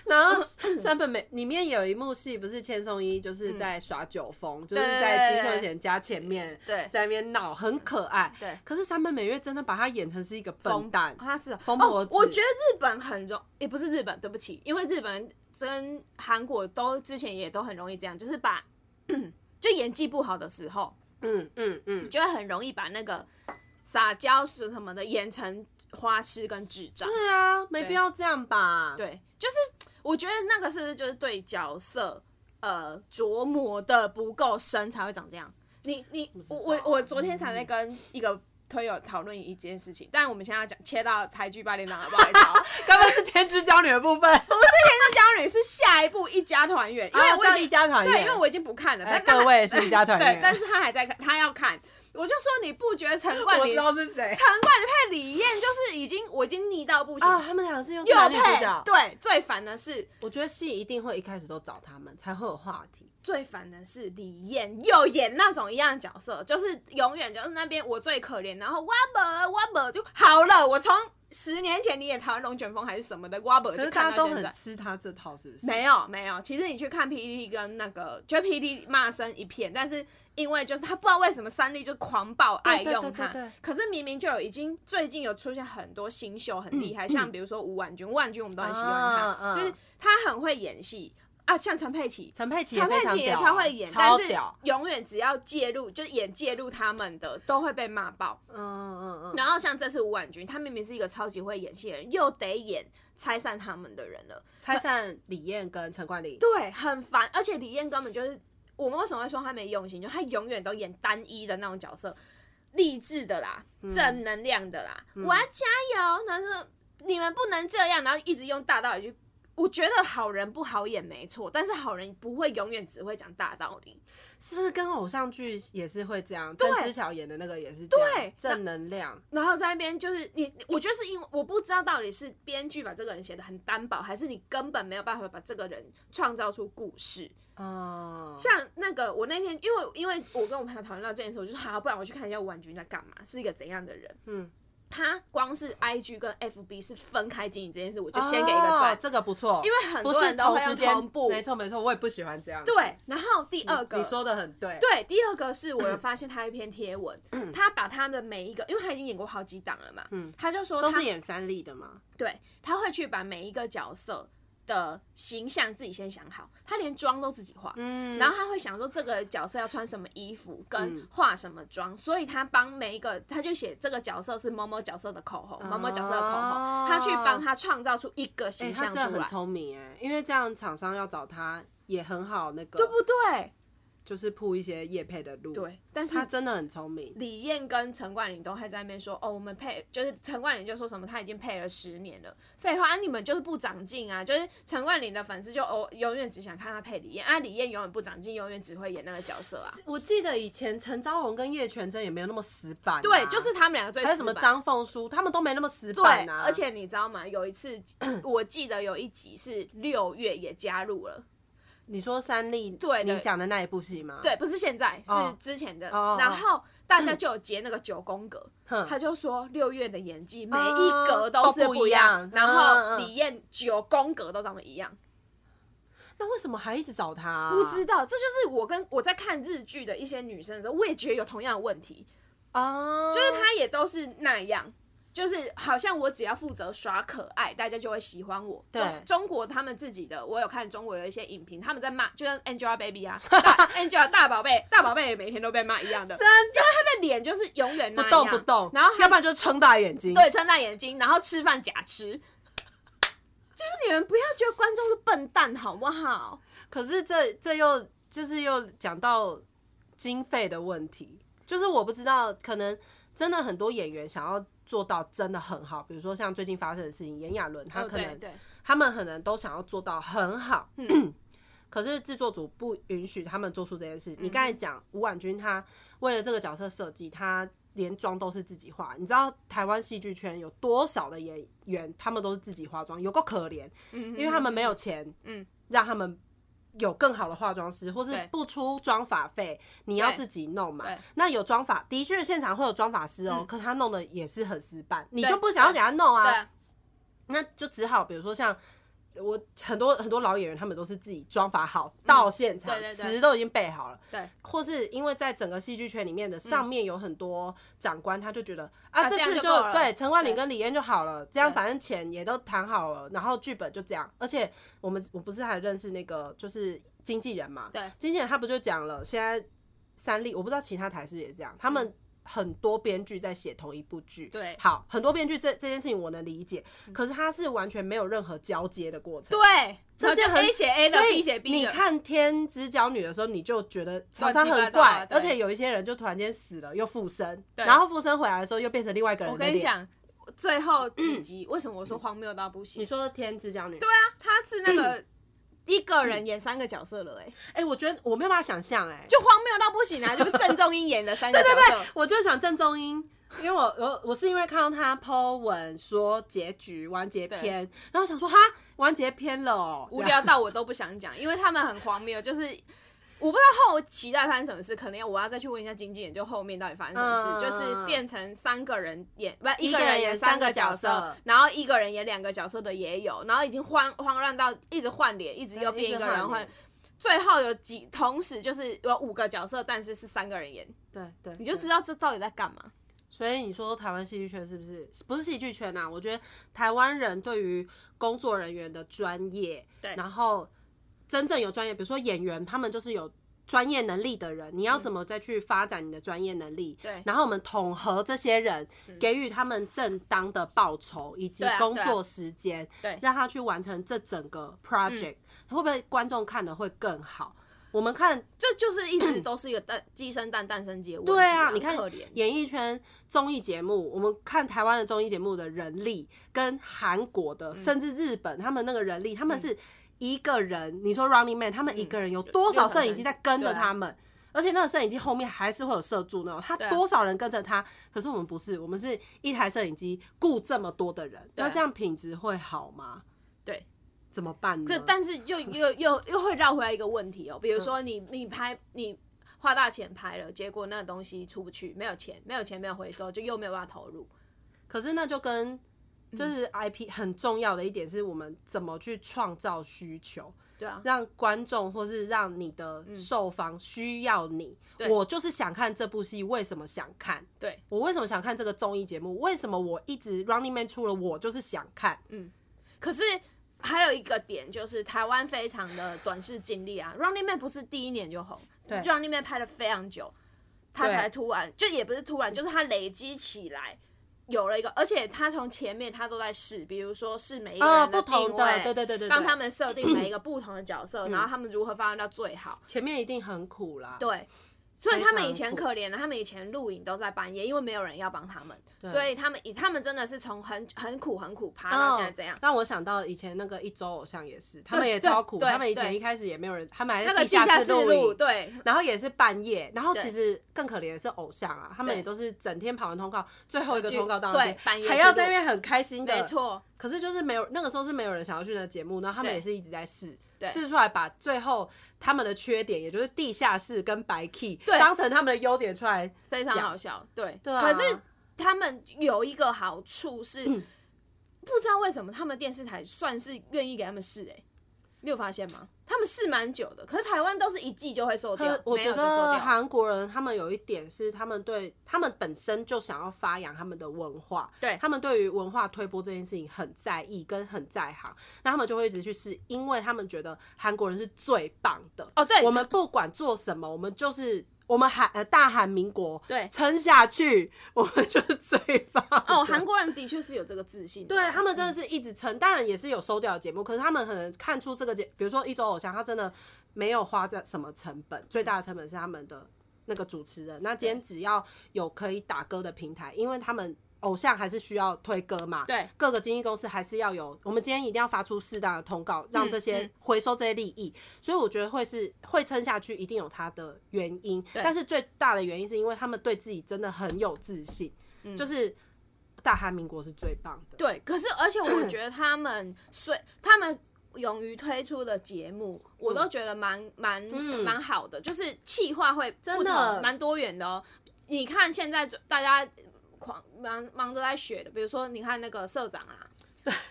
S2: 然
S1: *laughs*
S2: 后三本美里面有一幕戏，不是千颂伊就是在耍酒疯，就是
S1: 嗯对对
S2: 在
S1: 对
S2: 金
S1: 对
S2: 秀贤家前面，
S1: 对
S2: 在那边闹，很可爱。
S1: 对
S2: 可是三本美月真的把他演成是一个笨蛋，
S1: 他是哦
S2: 疯婆子
S1: 我觉得日本很容，也不是日本，对不起，因为日本跟韩国都之前也都很容易这样，就是把就演技不好的时候，
S2: 嗯嗯嗯，
S1: 就会很容易把那个撒娇什么的演成花痴跟智障。
S2: 对啊，没必要这样吧？，
S1: 对，就是我觉得那个是不是就是对角色呃琢磨的不够深才会长这样？你你
S2: 知道
S1: 我
S2: 嗯
S1: 我我昨天才在跟一个推友讨论一件事情，但我们现在要讲切到台剧八点档了，不好意思、哦，
S2: 刚刚是天之娇女的部分，
S1: 娇女是下一步一家团圆，因为
S2: 啊
S1: 我
S2: 叫
S1: 已
S2: 一
S1: 经、
S2: 家团圆，
S1: 对，因为我已经不看了，
S2: 哎
S1: 但但
S2: 各位是一家团圆
S1: 对，但是他还在看，他要看，我就说你不觉得陈冠霖，陈冠
S2: 是谁
S1: 霖配李艳就是已经我已经腻到不行，
S2: 啊？他们两个是又是
S1: 又
S2: 男女主
S1: 配
S2: 角，
S1: 对，最烦的是
S2: 我觉得戏一定会一开始都找他们，才会有话题。
S1: 最烦的是李艳又演那种一样的角色，就是永远就是那边我最可怜，然后挖伯挖伯就好了。我从十年前你演台湾龙卷风还是什么的挖伯
S2: 可
S1: 就是
S2: 大
S1: 看
S2: 家
S1: 到
S2: 都
S1: 现在
S2: 很。吃他这套，是不是？
S1: 没有没有，其实你去看 PD 跟那个，觉得 PD 骂声一片，但是因为就是他不知道为什么三立就狂暴爱
S2: 对对
S1: 用
S2: 对对对
S1: 他，可是明明就有已经最近有出现很多新秀很厉害，像比如说吴婉君，吴婉君我们都很喜欢
S2: 嗯啊
S1: 他，
S2: 嗯
S1: 就是他很会演戏啊，像陈佩琪。
S2: 陈佩琪也
S1: 陈佩
S2: 非常
S1: 琪也
S2: 屌啊
S1: 超会演，但
S2: 超
S1: 是
S2: 屌。
S1: 永远只要介入，就是演介入他们的，都会被骂爆。
S2: 嗯嗯嗯嗯，
S1: 然后像这次吴婉君，她明明是一个超级会演戏的人，又得演拆散他们的人了，
S2: 拆散李艳跟陈冠霖。
S1: 对，很烦。而且李艳根本就是我们为什么会说她没用心，就她永远都演单一的那种角色，励志的啦，正能量的啦，我要加油。然后说你们不能这样，然后一直用大道理去。我觉得好人不好演没错，但是好人不会永远只会讲大道理。
S2: 是不是跟偶像剧也是会这样？
S1: 对
S2: 郑之乔演的那个也是这样
S1: 对
S2: 正能量。
S1: 然后在那边就是你，我觉得是因为我不知道到底是编剧把这个人写的很单薄，还是你根本没有办法把这个人创造出故事。
S2: 哦，
S1: 像那个我那天，因为因为我跟我朋友讨论到这件事，我就说好，不然我去看一下婉君在干嘛，是一个怎样的人。
S2: 嗯，
S1: 他光是 I G 跟 F B 是分开经营这件事，我就先给一个赞，
S2: 哦这个不错，
S1: 因为很
S2: 不
S1: 多
S2: 是
S1: 人都
S2: 同
S1: 会
S2: 时
S1: 用
S2: 间
S1: 同步。
S2: 没错没错，我也不喜欢这样。
S1: 对，然后第二个
S2: 你说的很对，
S1: 对，第二个是我有发现他一篇贴文，
S2: 嗯
S1: 他把他的每一个，因为他已经演过好几档了嘛，他就说
S2: 都
S1: 他
S2: 是演三立的嘛。
S1: 对，他会去把每一个角色的形象自己先想好，他连妆都自己画，
S2: 嗯
S1: 然后他会想说这个角色要穿什么衣服，跟化什么妆，所以他帮每一个，他就写这个角色是某某角色的口红，某某角色的口
S2: 哦
S1: 红，他去帮他创造出一个
S2: 哎、
S1: 形
S2: 他
S1: 象
S2: 真
S1: 出
S2: 的很
S1: 来，
S2: 聪明哎，因为这样厂商要找他也很好，那
S1: 对
S2: 个
S1: 不对？
S2: 就是铺一些业配的路。，
S1: 对，但
S2: 他
S1: 是。
S2: 真的很聪明。
S1: 李艳跟陈冠霖都还在那边说，哦，我们配就是陈冠霖就说什么他已经配了十年了，废话、啊，你们就是不长进啊！就是陈冠霖的粉丝就哦，永远只想看他配李艳，啊，李艳永远不长进，永远只会演那个角色啊。
S2: 我记得以前陈昭荣跟叶全真也没有那么死板啊、
S1: 对，就是他们两个最
S2: 还有什
S1: 死
S2: 么
S1: 板
S2: 张凤书，他们都没那么死
S1: 对
S2: 板啊。，
S1: 而且你知道吗？有一次 *coughs* 我记得有一集是六月也加入了，
S2: 你说三立
S1: 对对
S2: 你讲的那一部戏吗？，
S1: 对，不是现在，是
S2: 哦
S1: 之前的。
S2: 哦哦
S1: 然后大家就有截那个九宫格，
S2: 哼，
S1: 他就说六月的演技每
S2: 哦
S1: 一格都是
S2: 都不
S1: 一
S2: 一
S1: 样
S2: 样，
S1: 然
S2: 嗯
S1: 后
S2: 嗯嗯
S1: 李艳九宫格都长得一样，
S2: 那为什么还一直找他啊、
S1: 不知道，这就是我跟我在看日剧的一些女生的时候，我也觉得有同样的问题，
S2: 啊，
S1: 就是她也都是那样。就是好像我只要负责耍可爱，大家就会喜欢我。
S2: 对
S1: 中中国他们自己的，我有看中国有一些影评，他们在骂，就像 Angelababy
S2: *laughs*
S1: 啊大，Angela 大宝贝，大宝贝也每天都被骂一样的，真的，她的脸就是永远那
S2: 不
S1: 样
S2: 动不动，
S1: 然后她
S2: 要不然就撑大眼睛。
S1: 对，撑大眼睛，然后吃饭假吃。
S2: *laughs*
S1: 就是你们不要觉得观众是笨蛋好不好？
S2: 可是这这又就是又讲到经费的问题，就是我不知道，可能真的很多演员想要做到真的很好，比如说像最近发生的事情，炎亚纶他
S1: 哦
S2: 可
S1: 对
S2: 能、
S1: 对
S2: 他们可能都想要做到很好，可是制作组不允许他们做出这件
S1: 嗯
S2: 事。你刚才讲吴婉君，她为了这个角色设计，她连妆都是自己化。你知道台湾戏剧圈有多少的演员，他们都是自己化妆，有够可怜，因为他们没有钱，
S1: 嗯
S2: 让他们。有更好的化妆师，或
S1: 对
S2: 是不出妆法费，你要
S1: 对
S2: 自己弄嘛
S1: 对。嗯
S2: 那有妆法，的确现场会有妆法师哦、可他弄的也是很死板，你就不想要给他弄
S1: 对
S2: 啊。
S1: 啊，
S2: 那就只好比如说像我很多很多老演员，他们都是自己妆法好到现场
S1: 嗯对，对对
S2: 词都已经背好了。
S1: 对，嗯
S2: 或是因为在整个戏剧圈里面的上面有很多长官，他就觉得啊，
S1: 啊这样
S2: 次
S1: 就
S2: 就
S1: 够了
S2: 对陈冠霖
S1: 对
S2: 跟李嫣就好了，这样
S1: 对
S2: 反正钱也都谈好了，然后剧本就这样。而且我们我不是还认识那个就是经纪人嘛，
S1: 对，
S2: 经纪人他不就讲了，现在三立我不知道其他台是不是也这样，他们很多编剧在写同一部剧，
S1: 对嗯
S2: 好，很多编剧这这件事情我能理解，可是它是完全没有任何交接的过程。
S1: 对，
S2: 这
S1: 然后就
S2: 件很
S1: A 写 A 的
S2: 所以
S1: ，B 写 B
S2: 你
S1: 的，
S2: 看《天之娇女》的时候，你就觉得常常
S1: 乱
S2: 很
S1: 七八糟啊
S2: 怪，
S1: 对
S2: 而且有一些人就突然间死了，又附身，
S1: 对
S2: 然后附身回来的时候又变成另外一个人
S1: 我
S2: 的脸。
S1: 跟你，讲，最后几集为什么我说荒谬到不
S2: 你
S1: 行？
S2: 说《天之娇女》
S1: 对
S2: 对
S1: 啊，他是那个一个人演三个角色了、欸，哎、
S2: 哎、我觉得我没有办法想象、哎，
S1: 就荒谬到不行啊！就是郑中英演了三个
S2: *laughs*
S1: 角色，
S2: 我就是想郑中英，因为我我我是因为看到他 Po 文说结局完结篇，然后想说哈完结篇了哦，
S1: 无聊到我都不想讲，因为他们很荒谬，就是。我不知道后期待发生什么事，可能要我要再去问一下经纪人，就后面到底发生什么
S2: 嗯
S1: 事，就是变成三个人演，不一
S2: 个
S1: 个
S2: 人
S1: 人
S2: 演
S1: 演
S2: 三
S1: 三
S2: 个
S1: 个
S2: 角
S1: 角
S2: 色
S1: 色，然后一个人演两个角色的也有，然后已经慌慌乱到一直换脸，一直又
S2: 对
S1: 变一
S2: 一直
S1: 个
S2: 换
S1: 人换
S2: 脸，
S1: 最后有几同时就是有五个角色，但是是三个人演，
S2: 对对，
S1: 你就
S2: 对
S1: 知道这到底在干嘛。
S2: 所以你说台湾戏剧圈是不是不是戏剧圈啊？我觉得台湾人对于工作人员的专业，
S1: 对
S2: 然后真正有专业，比如说演员，他们就是有专业能力的人，你要怎么再去发展你的专业能力？
S1: 嗯对嗯
S2: 然后我们统合这些人，给予他们正当的报酬以及
S1: 对啊
S2: 工
S1: 对啊
S2: 作时间，
S1: 对嗯
S2: 让他去完成这整个 project，、会不会观众看的会更好？我们看
S1: 这就是一直都是一个蛋鸡生蛋，蛋生鸡的问题。
S2: 对啊，
S1: 很
S2: 你看
S1: 可怜。
S2: 演艺圈综艺节目，我们看台湾的综艺节目的人力，跟韩国的、
S1: 嗯
S2: 甚至日本他们那个人力，他们是一个人。你说 Running Man，他们一
S1: 嗯
S2: 个人有多少摄影机在跟
S1: 啊
S2: 着他们？而且那个摄影机后面还是会有摄助那种，他
S1: 对啊
S2: 多少人跟着他？可是我们不是，我们是一台摄影机雇这么多的人，
S1: 对啊
S2: 那这样品质会好吗？
S1: 对，
S2: 怎么办
S1: 可
S2: 呢？
S1: 但是又又又又会绕回来一个问题哦，比
S2: 嗯
S1: 如说你你拍你花大钱拍了，结果那个东西出不去，没有钱，没有钱没有回收，就又没有办法投入。
S2: 可是那就
S1: 嗯
S2: 跟就是 IP 很重要的一点是我们怎么去创造需求。
S1: 对啊，
S2: 让观众或是让你的受方需要你。
S1: 嗯对
S2: 我就是想看这部戏，为什么想看？
S1: 对，
S2: 我为什么想看这个综艺节目？为什么我一直 Running Man 出了，我就是想看。
S1: 可是。还有一个点就是台湾非常的短视经历啊，Running Man 不是第一年就红，
S2: 对
S1: ，Running Man 拍了非常久，他
S2: 对
S1: 才突然就也不是突然，就是他累积起来有了一个，而且他从前面他都在试，比如说试每一个
S2: 哦
S1: 人
S2: 不同
S1: 定
S2: 的
S1: 位，
S2: 对对对对
S1: 让
S2: 对嗯
S1: 他们设定每一个不同的角色，然后他们如何发挥到最好，
S2: 前面一定很苦啦，
S1: 对，所以他们以
S2: 嗯非
S1: 前
S2: 常苦
S1: 可怜啊了，他们以前录影都在半夜，因为没有人要帮他们，所以他们以他们真的是从很很苦很苦爬
S2: 哦
S1: 到现在这样。
S2: 让我想到以前那个一周偶像
S1: *laughs*
S2: 也是，他们也
S1: 对
S2: 超苦，
S1: 对
S2: 他们以前
S1: 对
S2: 一开始也没有人，他们还
S1: 那
S2: 在
S1: 个
S2: 地
S1: 地下室
S2: 室录
S1: 录，
S2: 影。
S1: 对
S2: 然后也是半夜，然后
S1: 对
S2: 其实更可怜的是偶像啊，他们
S1: 对
S2: 也都是整天跑完通告，最后一个
S1: 去
S2: 通告当
S1: 对
S2: 天
S1: 半夜
S2: 还
S1: 去
S2: 要
S1: 录
S2: 在那边很开心的，
S1: 没错，
S2: 可是就是没有那个时候是没有人想要去那个节目，然后他们
S1: 对
S2: 也是一直在试，
S1: 对
S2: 试出来把最后他们的缺点，也就是地下室跟白 key
S1: 对
S2: 当成他们的优点出来，
S1: 非常
S2: 讲
S1: 好笑。对，
S2: 对啊嗯
S1: 可是他们有一个好处是，不知道为什么他们电视台算是愿意给他们试、欸，你有发现吗？他们试蛮久的，可是台湾都是一季就会收掉
S2: 可，我
S1: 没
S2: 觉
S1: 有就收
S2: 得
S1: 掉。
S2: 韩国人他们有一点是他们对他们本身就想要发扬他们的文化，
S1: 对
S2: 他们对于文化推波这件事情很在意跟很在行，那他们就会一直去试，因为他们觉得韩国人是最棒的。
S1: 哦，对，
S2: 我们不管做什么，我们就是。我们韩呃大韩民国
S1: 对
S2: 撑下去，我们就是最棒的
S1: 哦，韩国人的确是有这个自信的啊，
S2: 对他们真的是一直撑，当然也是有收掉的节目，可是他们可能看出这个节，比如说一周偶像，他真的没有花在什么成本，最大的成本是他们的那个主持人。那今天只要有可以打歌的平台，因为他们偶像还是需要推歌嘛，
S1: 对，
S2: 各个经纪公司还是要有，我们今天一定要发出适当的通告，让这些
S1: 嗯
S2: 回收这些利益。所以我觉得会是会撑下去，一定有它的原因。
S1: 对
S2: 但是最大的原因是因为他们对自己真的很有自信，就是大韩民国是最棒
S1: 嗯
S2: 的。
S1: 对，可是而且我觉得他们虽 *coughs* 他们勇于推出的节目，
S2: 嗯
S1: 我都觉得蛮蛮蛮好的，就是气化会
S2: 真
S1: 不同
S2: 的
S1: 蛮多元的哦。你看现在大家狂忙忙着在学的，比如说你看那个社长啦，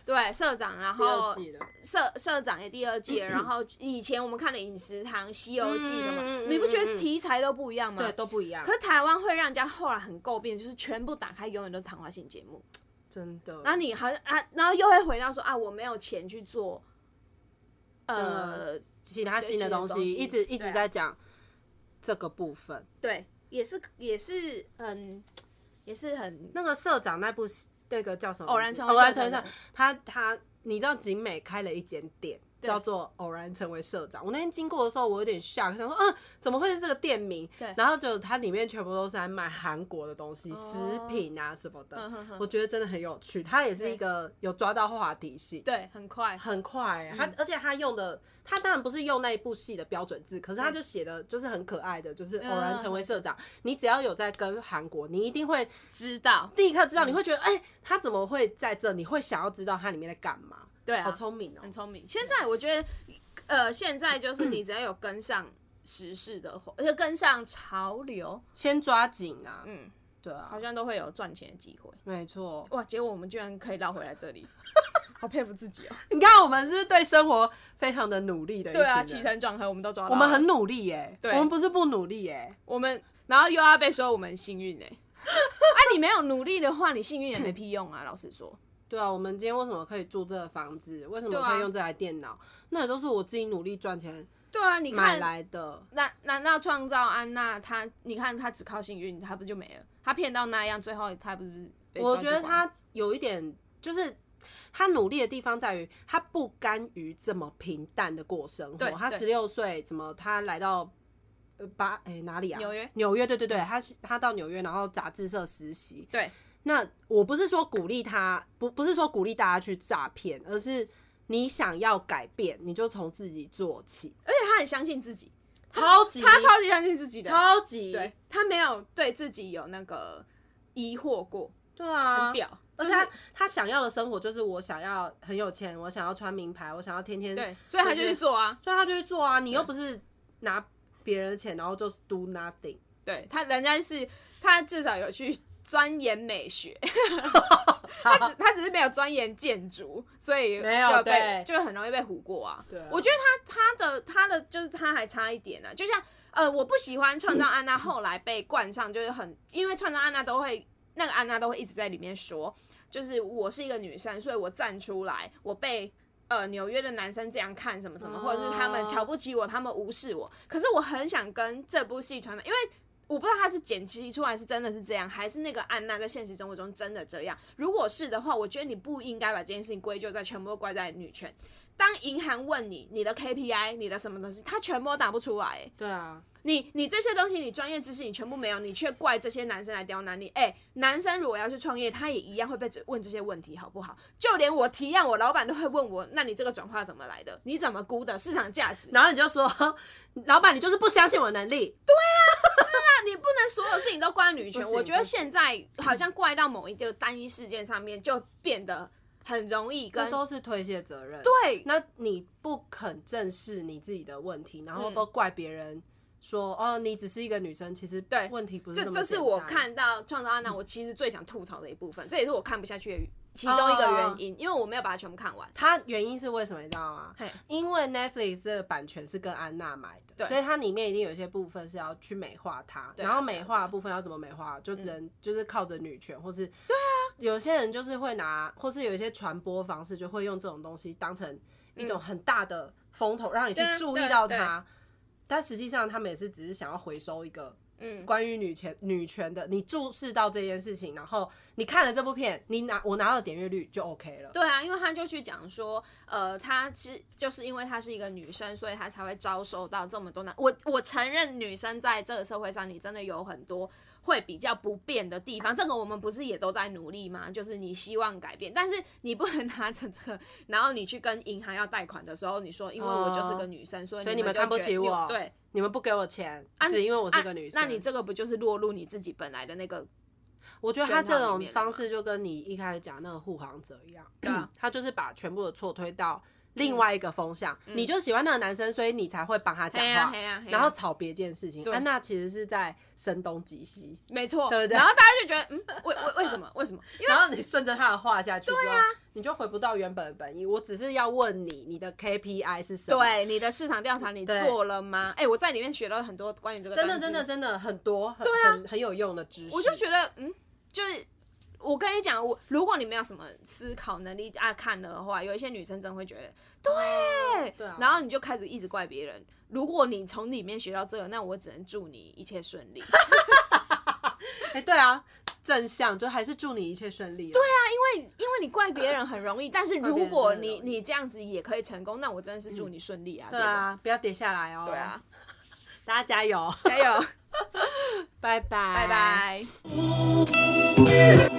S1: 对社长，然后
S2: 第二季了
S1: 社社长也第二季了，然后以前我们看的《饮食堂》《西游记》什么，
S2: 嗯嗯嗯嗯
S1: 你不觉
S2: 嗯嗯
S1: 得题材都不一样吗？
S2: 对，都不一样，
S1: 可是台湾会让人家后来很诟病，就是全部打开永远都是谈话性节目。
S2: 真的。
S1: 然后你好像啊，然后又会回到说啊，我没有钱去做，呃，
S2: 其他新的东
S1: 对
S2: 西
S1: 新的东西
S2: 一直
S1: 对
S2: 一直
S1: 啊
S2: 在讲这个部分。
S1: 对，也是也是很也是很
S2: 那个社长那部戏那个叫什么名
S1: 嗯
S2: 字？
S1: 偶然成为
S2: 偶然
S1: 社
S2: 成
S1: 长
S2: 为社
S1: 的
S2: 他他，你知道景美开了一间店，
S1: 对
S2: 叫做偶然成为社长。我那天经过的时候，我有点 shock，想说，嗯，怎么会是这个店名？
S1: 对
S2: 然后就它里面全部都是在卖韩国的东西，
S1: 哦
S2: 食品啊什么的。
S1: 哼哼哼
S2: 我觉得真的很有趣，它也是
S1: 对
S2: 一个有抓到话题性。
S1: 对，嗯很快，
S2: 很快、欸，他、而且他用的，他当然不是用那一部戏的标准字，可是他就写的就是很可爱的，就是偶
S1: 嗯
S2: 然成为社长。你只要有在跟韩国，你一定会
S1: 知道，
S2: 立刻
S1: 嗯
S2: 知道，你会觉得，哎、他怎么会在这？你会想要知道他里面在干嘛？
S1: 对啊，
S2: 好聪明哦、
S1: 很聪明。现在我觉得，呃，现在就是你只要有跟上时事的话，而且跟上潮流，
S2: 先抓紧啊，
S1: 嗯，
S2: 对啊
S1: 好，像都会有赚钱的机会。
S2: 没错。
S1: 哇，结果我们居然可以绕回来这 *laughs* 里，好佩服自己哦。
S2: 你看，我们是不是对生活非常的努力的一群
S1: 对
S2: 人，
S1: 啊，起承转合我们都抓到了，
S2: 我们很努力耶、
S1: 对
S2: 我们不是不努力耶、
S1: 我们，然后又要被说我们幸运哎、 *laughs* 啊，你没有努力的话，你幸运也没屁用啊！老实说，
S2: 对啊，我们今天为什么可以住这个房子？为什么
S1: 对啊
S2: 可以用这台电脑？那也都是我自己努力赚钱
S1: 对啊，你
S2: 买
S1: 看
S2: 来的。
S1: 那难道创造安娜她，你看她只靠幸运，她不就没了？她骗到那样，最后她不是被抓
S2: 我
S1: 去
S2: 觉得
S1: 关
S2: 他有一点，就是他努力的地方在于，他不甘于这么平淡的过生活
S1: 对。
S2: 他
S1: 对
S2: 十六岁，怎么他来到呃巴哎、哪里啊？
S1: 纽约，
S2: 纽约，对对对，他是他到纽约，然后杂志社实习。
S1: 对，
S2: 那我不是说鼓励他，不不是说鼓励大家去诈骗，而是你想要改变，你就从自己做起，
S1: 而且她很相信自己，
S2: 超级
S1: 她超级相信自己的，
S2: 超级
S1: 对，她没有对自己有那个疑惑过，
S2: 对啊
S1: 很，屌，
S2: 而且
S1: 就是
S2: 他他想要的生活就是我想要很有钱，我想要穿名牌，我想要天天
S1: 对，所以她就去做啊，
S2: 所以他就去做啊。你又不是拿别人的钱，然后就是 do nothing。
S1: 对她人家是她至少有去钻研美
S2: *laughs*
S1: 学，她只她只是没有钻研建筑，所以
S2: 没有
S1: 就被
S2: 对
S1: 就很容易被唬过啊。
S2: 对啊
S1: 我觉得她她的她的就是她还差一点呢、啊，就像呃，我不喜欢创造安娜后来被冠上就是很，因为创造安娜都会那个安娜都会一直在里面说，就是我是一个女生，所以我站出来，我被。呃，纽约的男生这样看什么什么，或者是他们
S2: 哦
S1: 瞧不起我，他们无视我。可是我很想跟这部戏传达，因为我不知道他是剪辑出来是真的是这样，还是那个安娜在现实生活中真的这样。如果是的话，我觉得你不应该把这件事情归咎在全部都怪在女权。当银行问你你的 KPI、你的什么东西，他全部都答不出来、欸
S2: 对啊，
S1: 你你这些东西，你专业知识你全部没有，你却怪这些男生来刁难你。哎、男生如果要去创业，他也一样会被这问这些问题，好不好？就连我提案，我老板都会问我，那你这个转化怎么来的？你怎么估的市场价值？
S2: 然后你就说， *laughs* 老板，你就是不相信我的能力。
S1: 你不能所有事情都怪女权
S2: 不。行
S1: 我觉得现在好像怪到某一个单一事件上面，就变得很容易跟
S2: 这都是推卸责任。，
S1: 对
S2: 那你不肯正视你自己的问题，然后
S1: 嗯
S2: 都怪别人说，哦，你只是一个女生，其实
S1: 对
S2: 问题不是
S1: 这
S2: 么
S1: 这是
S2: 简
S1: 我
S2: 单。
S1: 看到《创造安娜》我其实最想吐槽的一部分，这也是我看不下去的其中一个原因，因为我没有把它全部看完。
S2: 它原因是为什么你知道吗
S1: 嘿？
S2: 因为 Netflix 这个版权是跟安娜买
S1: 对
S2: 的，所以它里面一定有一些部分是要去美化它，
S1: 对啊嗯
S2: 然后美化的部分要怎么美化，就只能就是靠着女权，或是对啊，有些人就是会拿，或是有一些传播方式就会用这种东西当成一种很大的风头，让你去
S1: 对啊
S2: 注
S1: 对
S2: 意到
S1: 对
S2: 它。但实际上，他们也是只是想要回收一个
S1: 嗯，
S2: 关于女权女权的，你注视到这件事情，然后你看了这部片，你拿我拿到点阅率就 OK 了。
S1: 对啊，因为他就去讲说，呃，她是就是因为她是一个女生，所以她才会遭受到这么多男。我我承认，女生在这个社会上，你真的有很多会比较不变的地方。这个我们不是也都在努力吗？就是你希望改变，但是你不能拿着这个，然后你去跟银行要贷款的时候，你说因为我就是个女生，所以
S2: 哦所以
S1: 你
S2: 你们
S1: 就
S2: 看不
S1: 觉得
S2: 起我
S1: 对，
S2: 你们不给我钱，
S1: 啊
S2: 只因为我是个女生。
S1: 啊那你这个不就是落入你自己本来的那个？
S2: 我觉得他这
S1: 圈套里
S2: 种
S1: 面了
S2: 方式就跟你一开始讲那个护航者一 *clears throat* 样，
S1: 对啊
S2: 他就是把全部的错推到另外一个风向。你就喜欢那个男生，所以你才会帮他讲
S1: 嘿呀
S2: 话，
S1: 嘿呀嘿呀
S2: 然后吵别件事情。安娜其实是在声东击西，
S1: 没错，
S2: 对不对
S1: 然后大家就觉得，嗯，为为为什么？为什么？因为
S2: 然后你顺着他的话下去之后，你就回不到原本的本意。我只是要问你，你的 KPI 是什么？，
S1: 对你的市场调查你
S2: 对
S1: 做了吗？哎、我在里面学到很多关于这个，
S2: 真的真的，真的很多，很、很很有用的知识。
S1: 我就觉得，嗯，就是。我跟你讲，我如果你没有什么思考能力啊，看了的话，有一些女生真的会觉得，对，
S2: 对啊
S1: 然后你就开始一直怪别人。如果你从
S2: *laughs*
S1: 里面学到这个，那我只能祝你一切顺利。
S2: 哎、对啊，正向，就还是祝你一切顺利。对啊，
S1: 因为因为你怪别人很容易，但是
S2: 别
S1: 如
S2: 人
S1: 果
S2: 真的
S1: 你
S2: 容易
S1: 你这样子也可以成功，那我真的是祝你顺利啊！
S2: 对
S1: 吧，
S2: 啊，不要跌下来哦。
S1: 对啊，，
S2: 大家 *laughs* 加油，
S1: 加油，
S2: 拜拜，
S1: 拜。拜。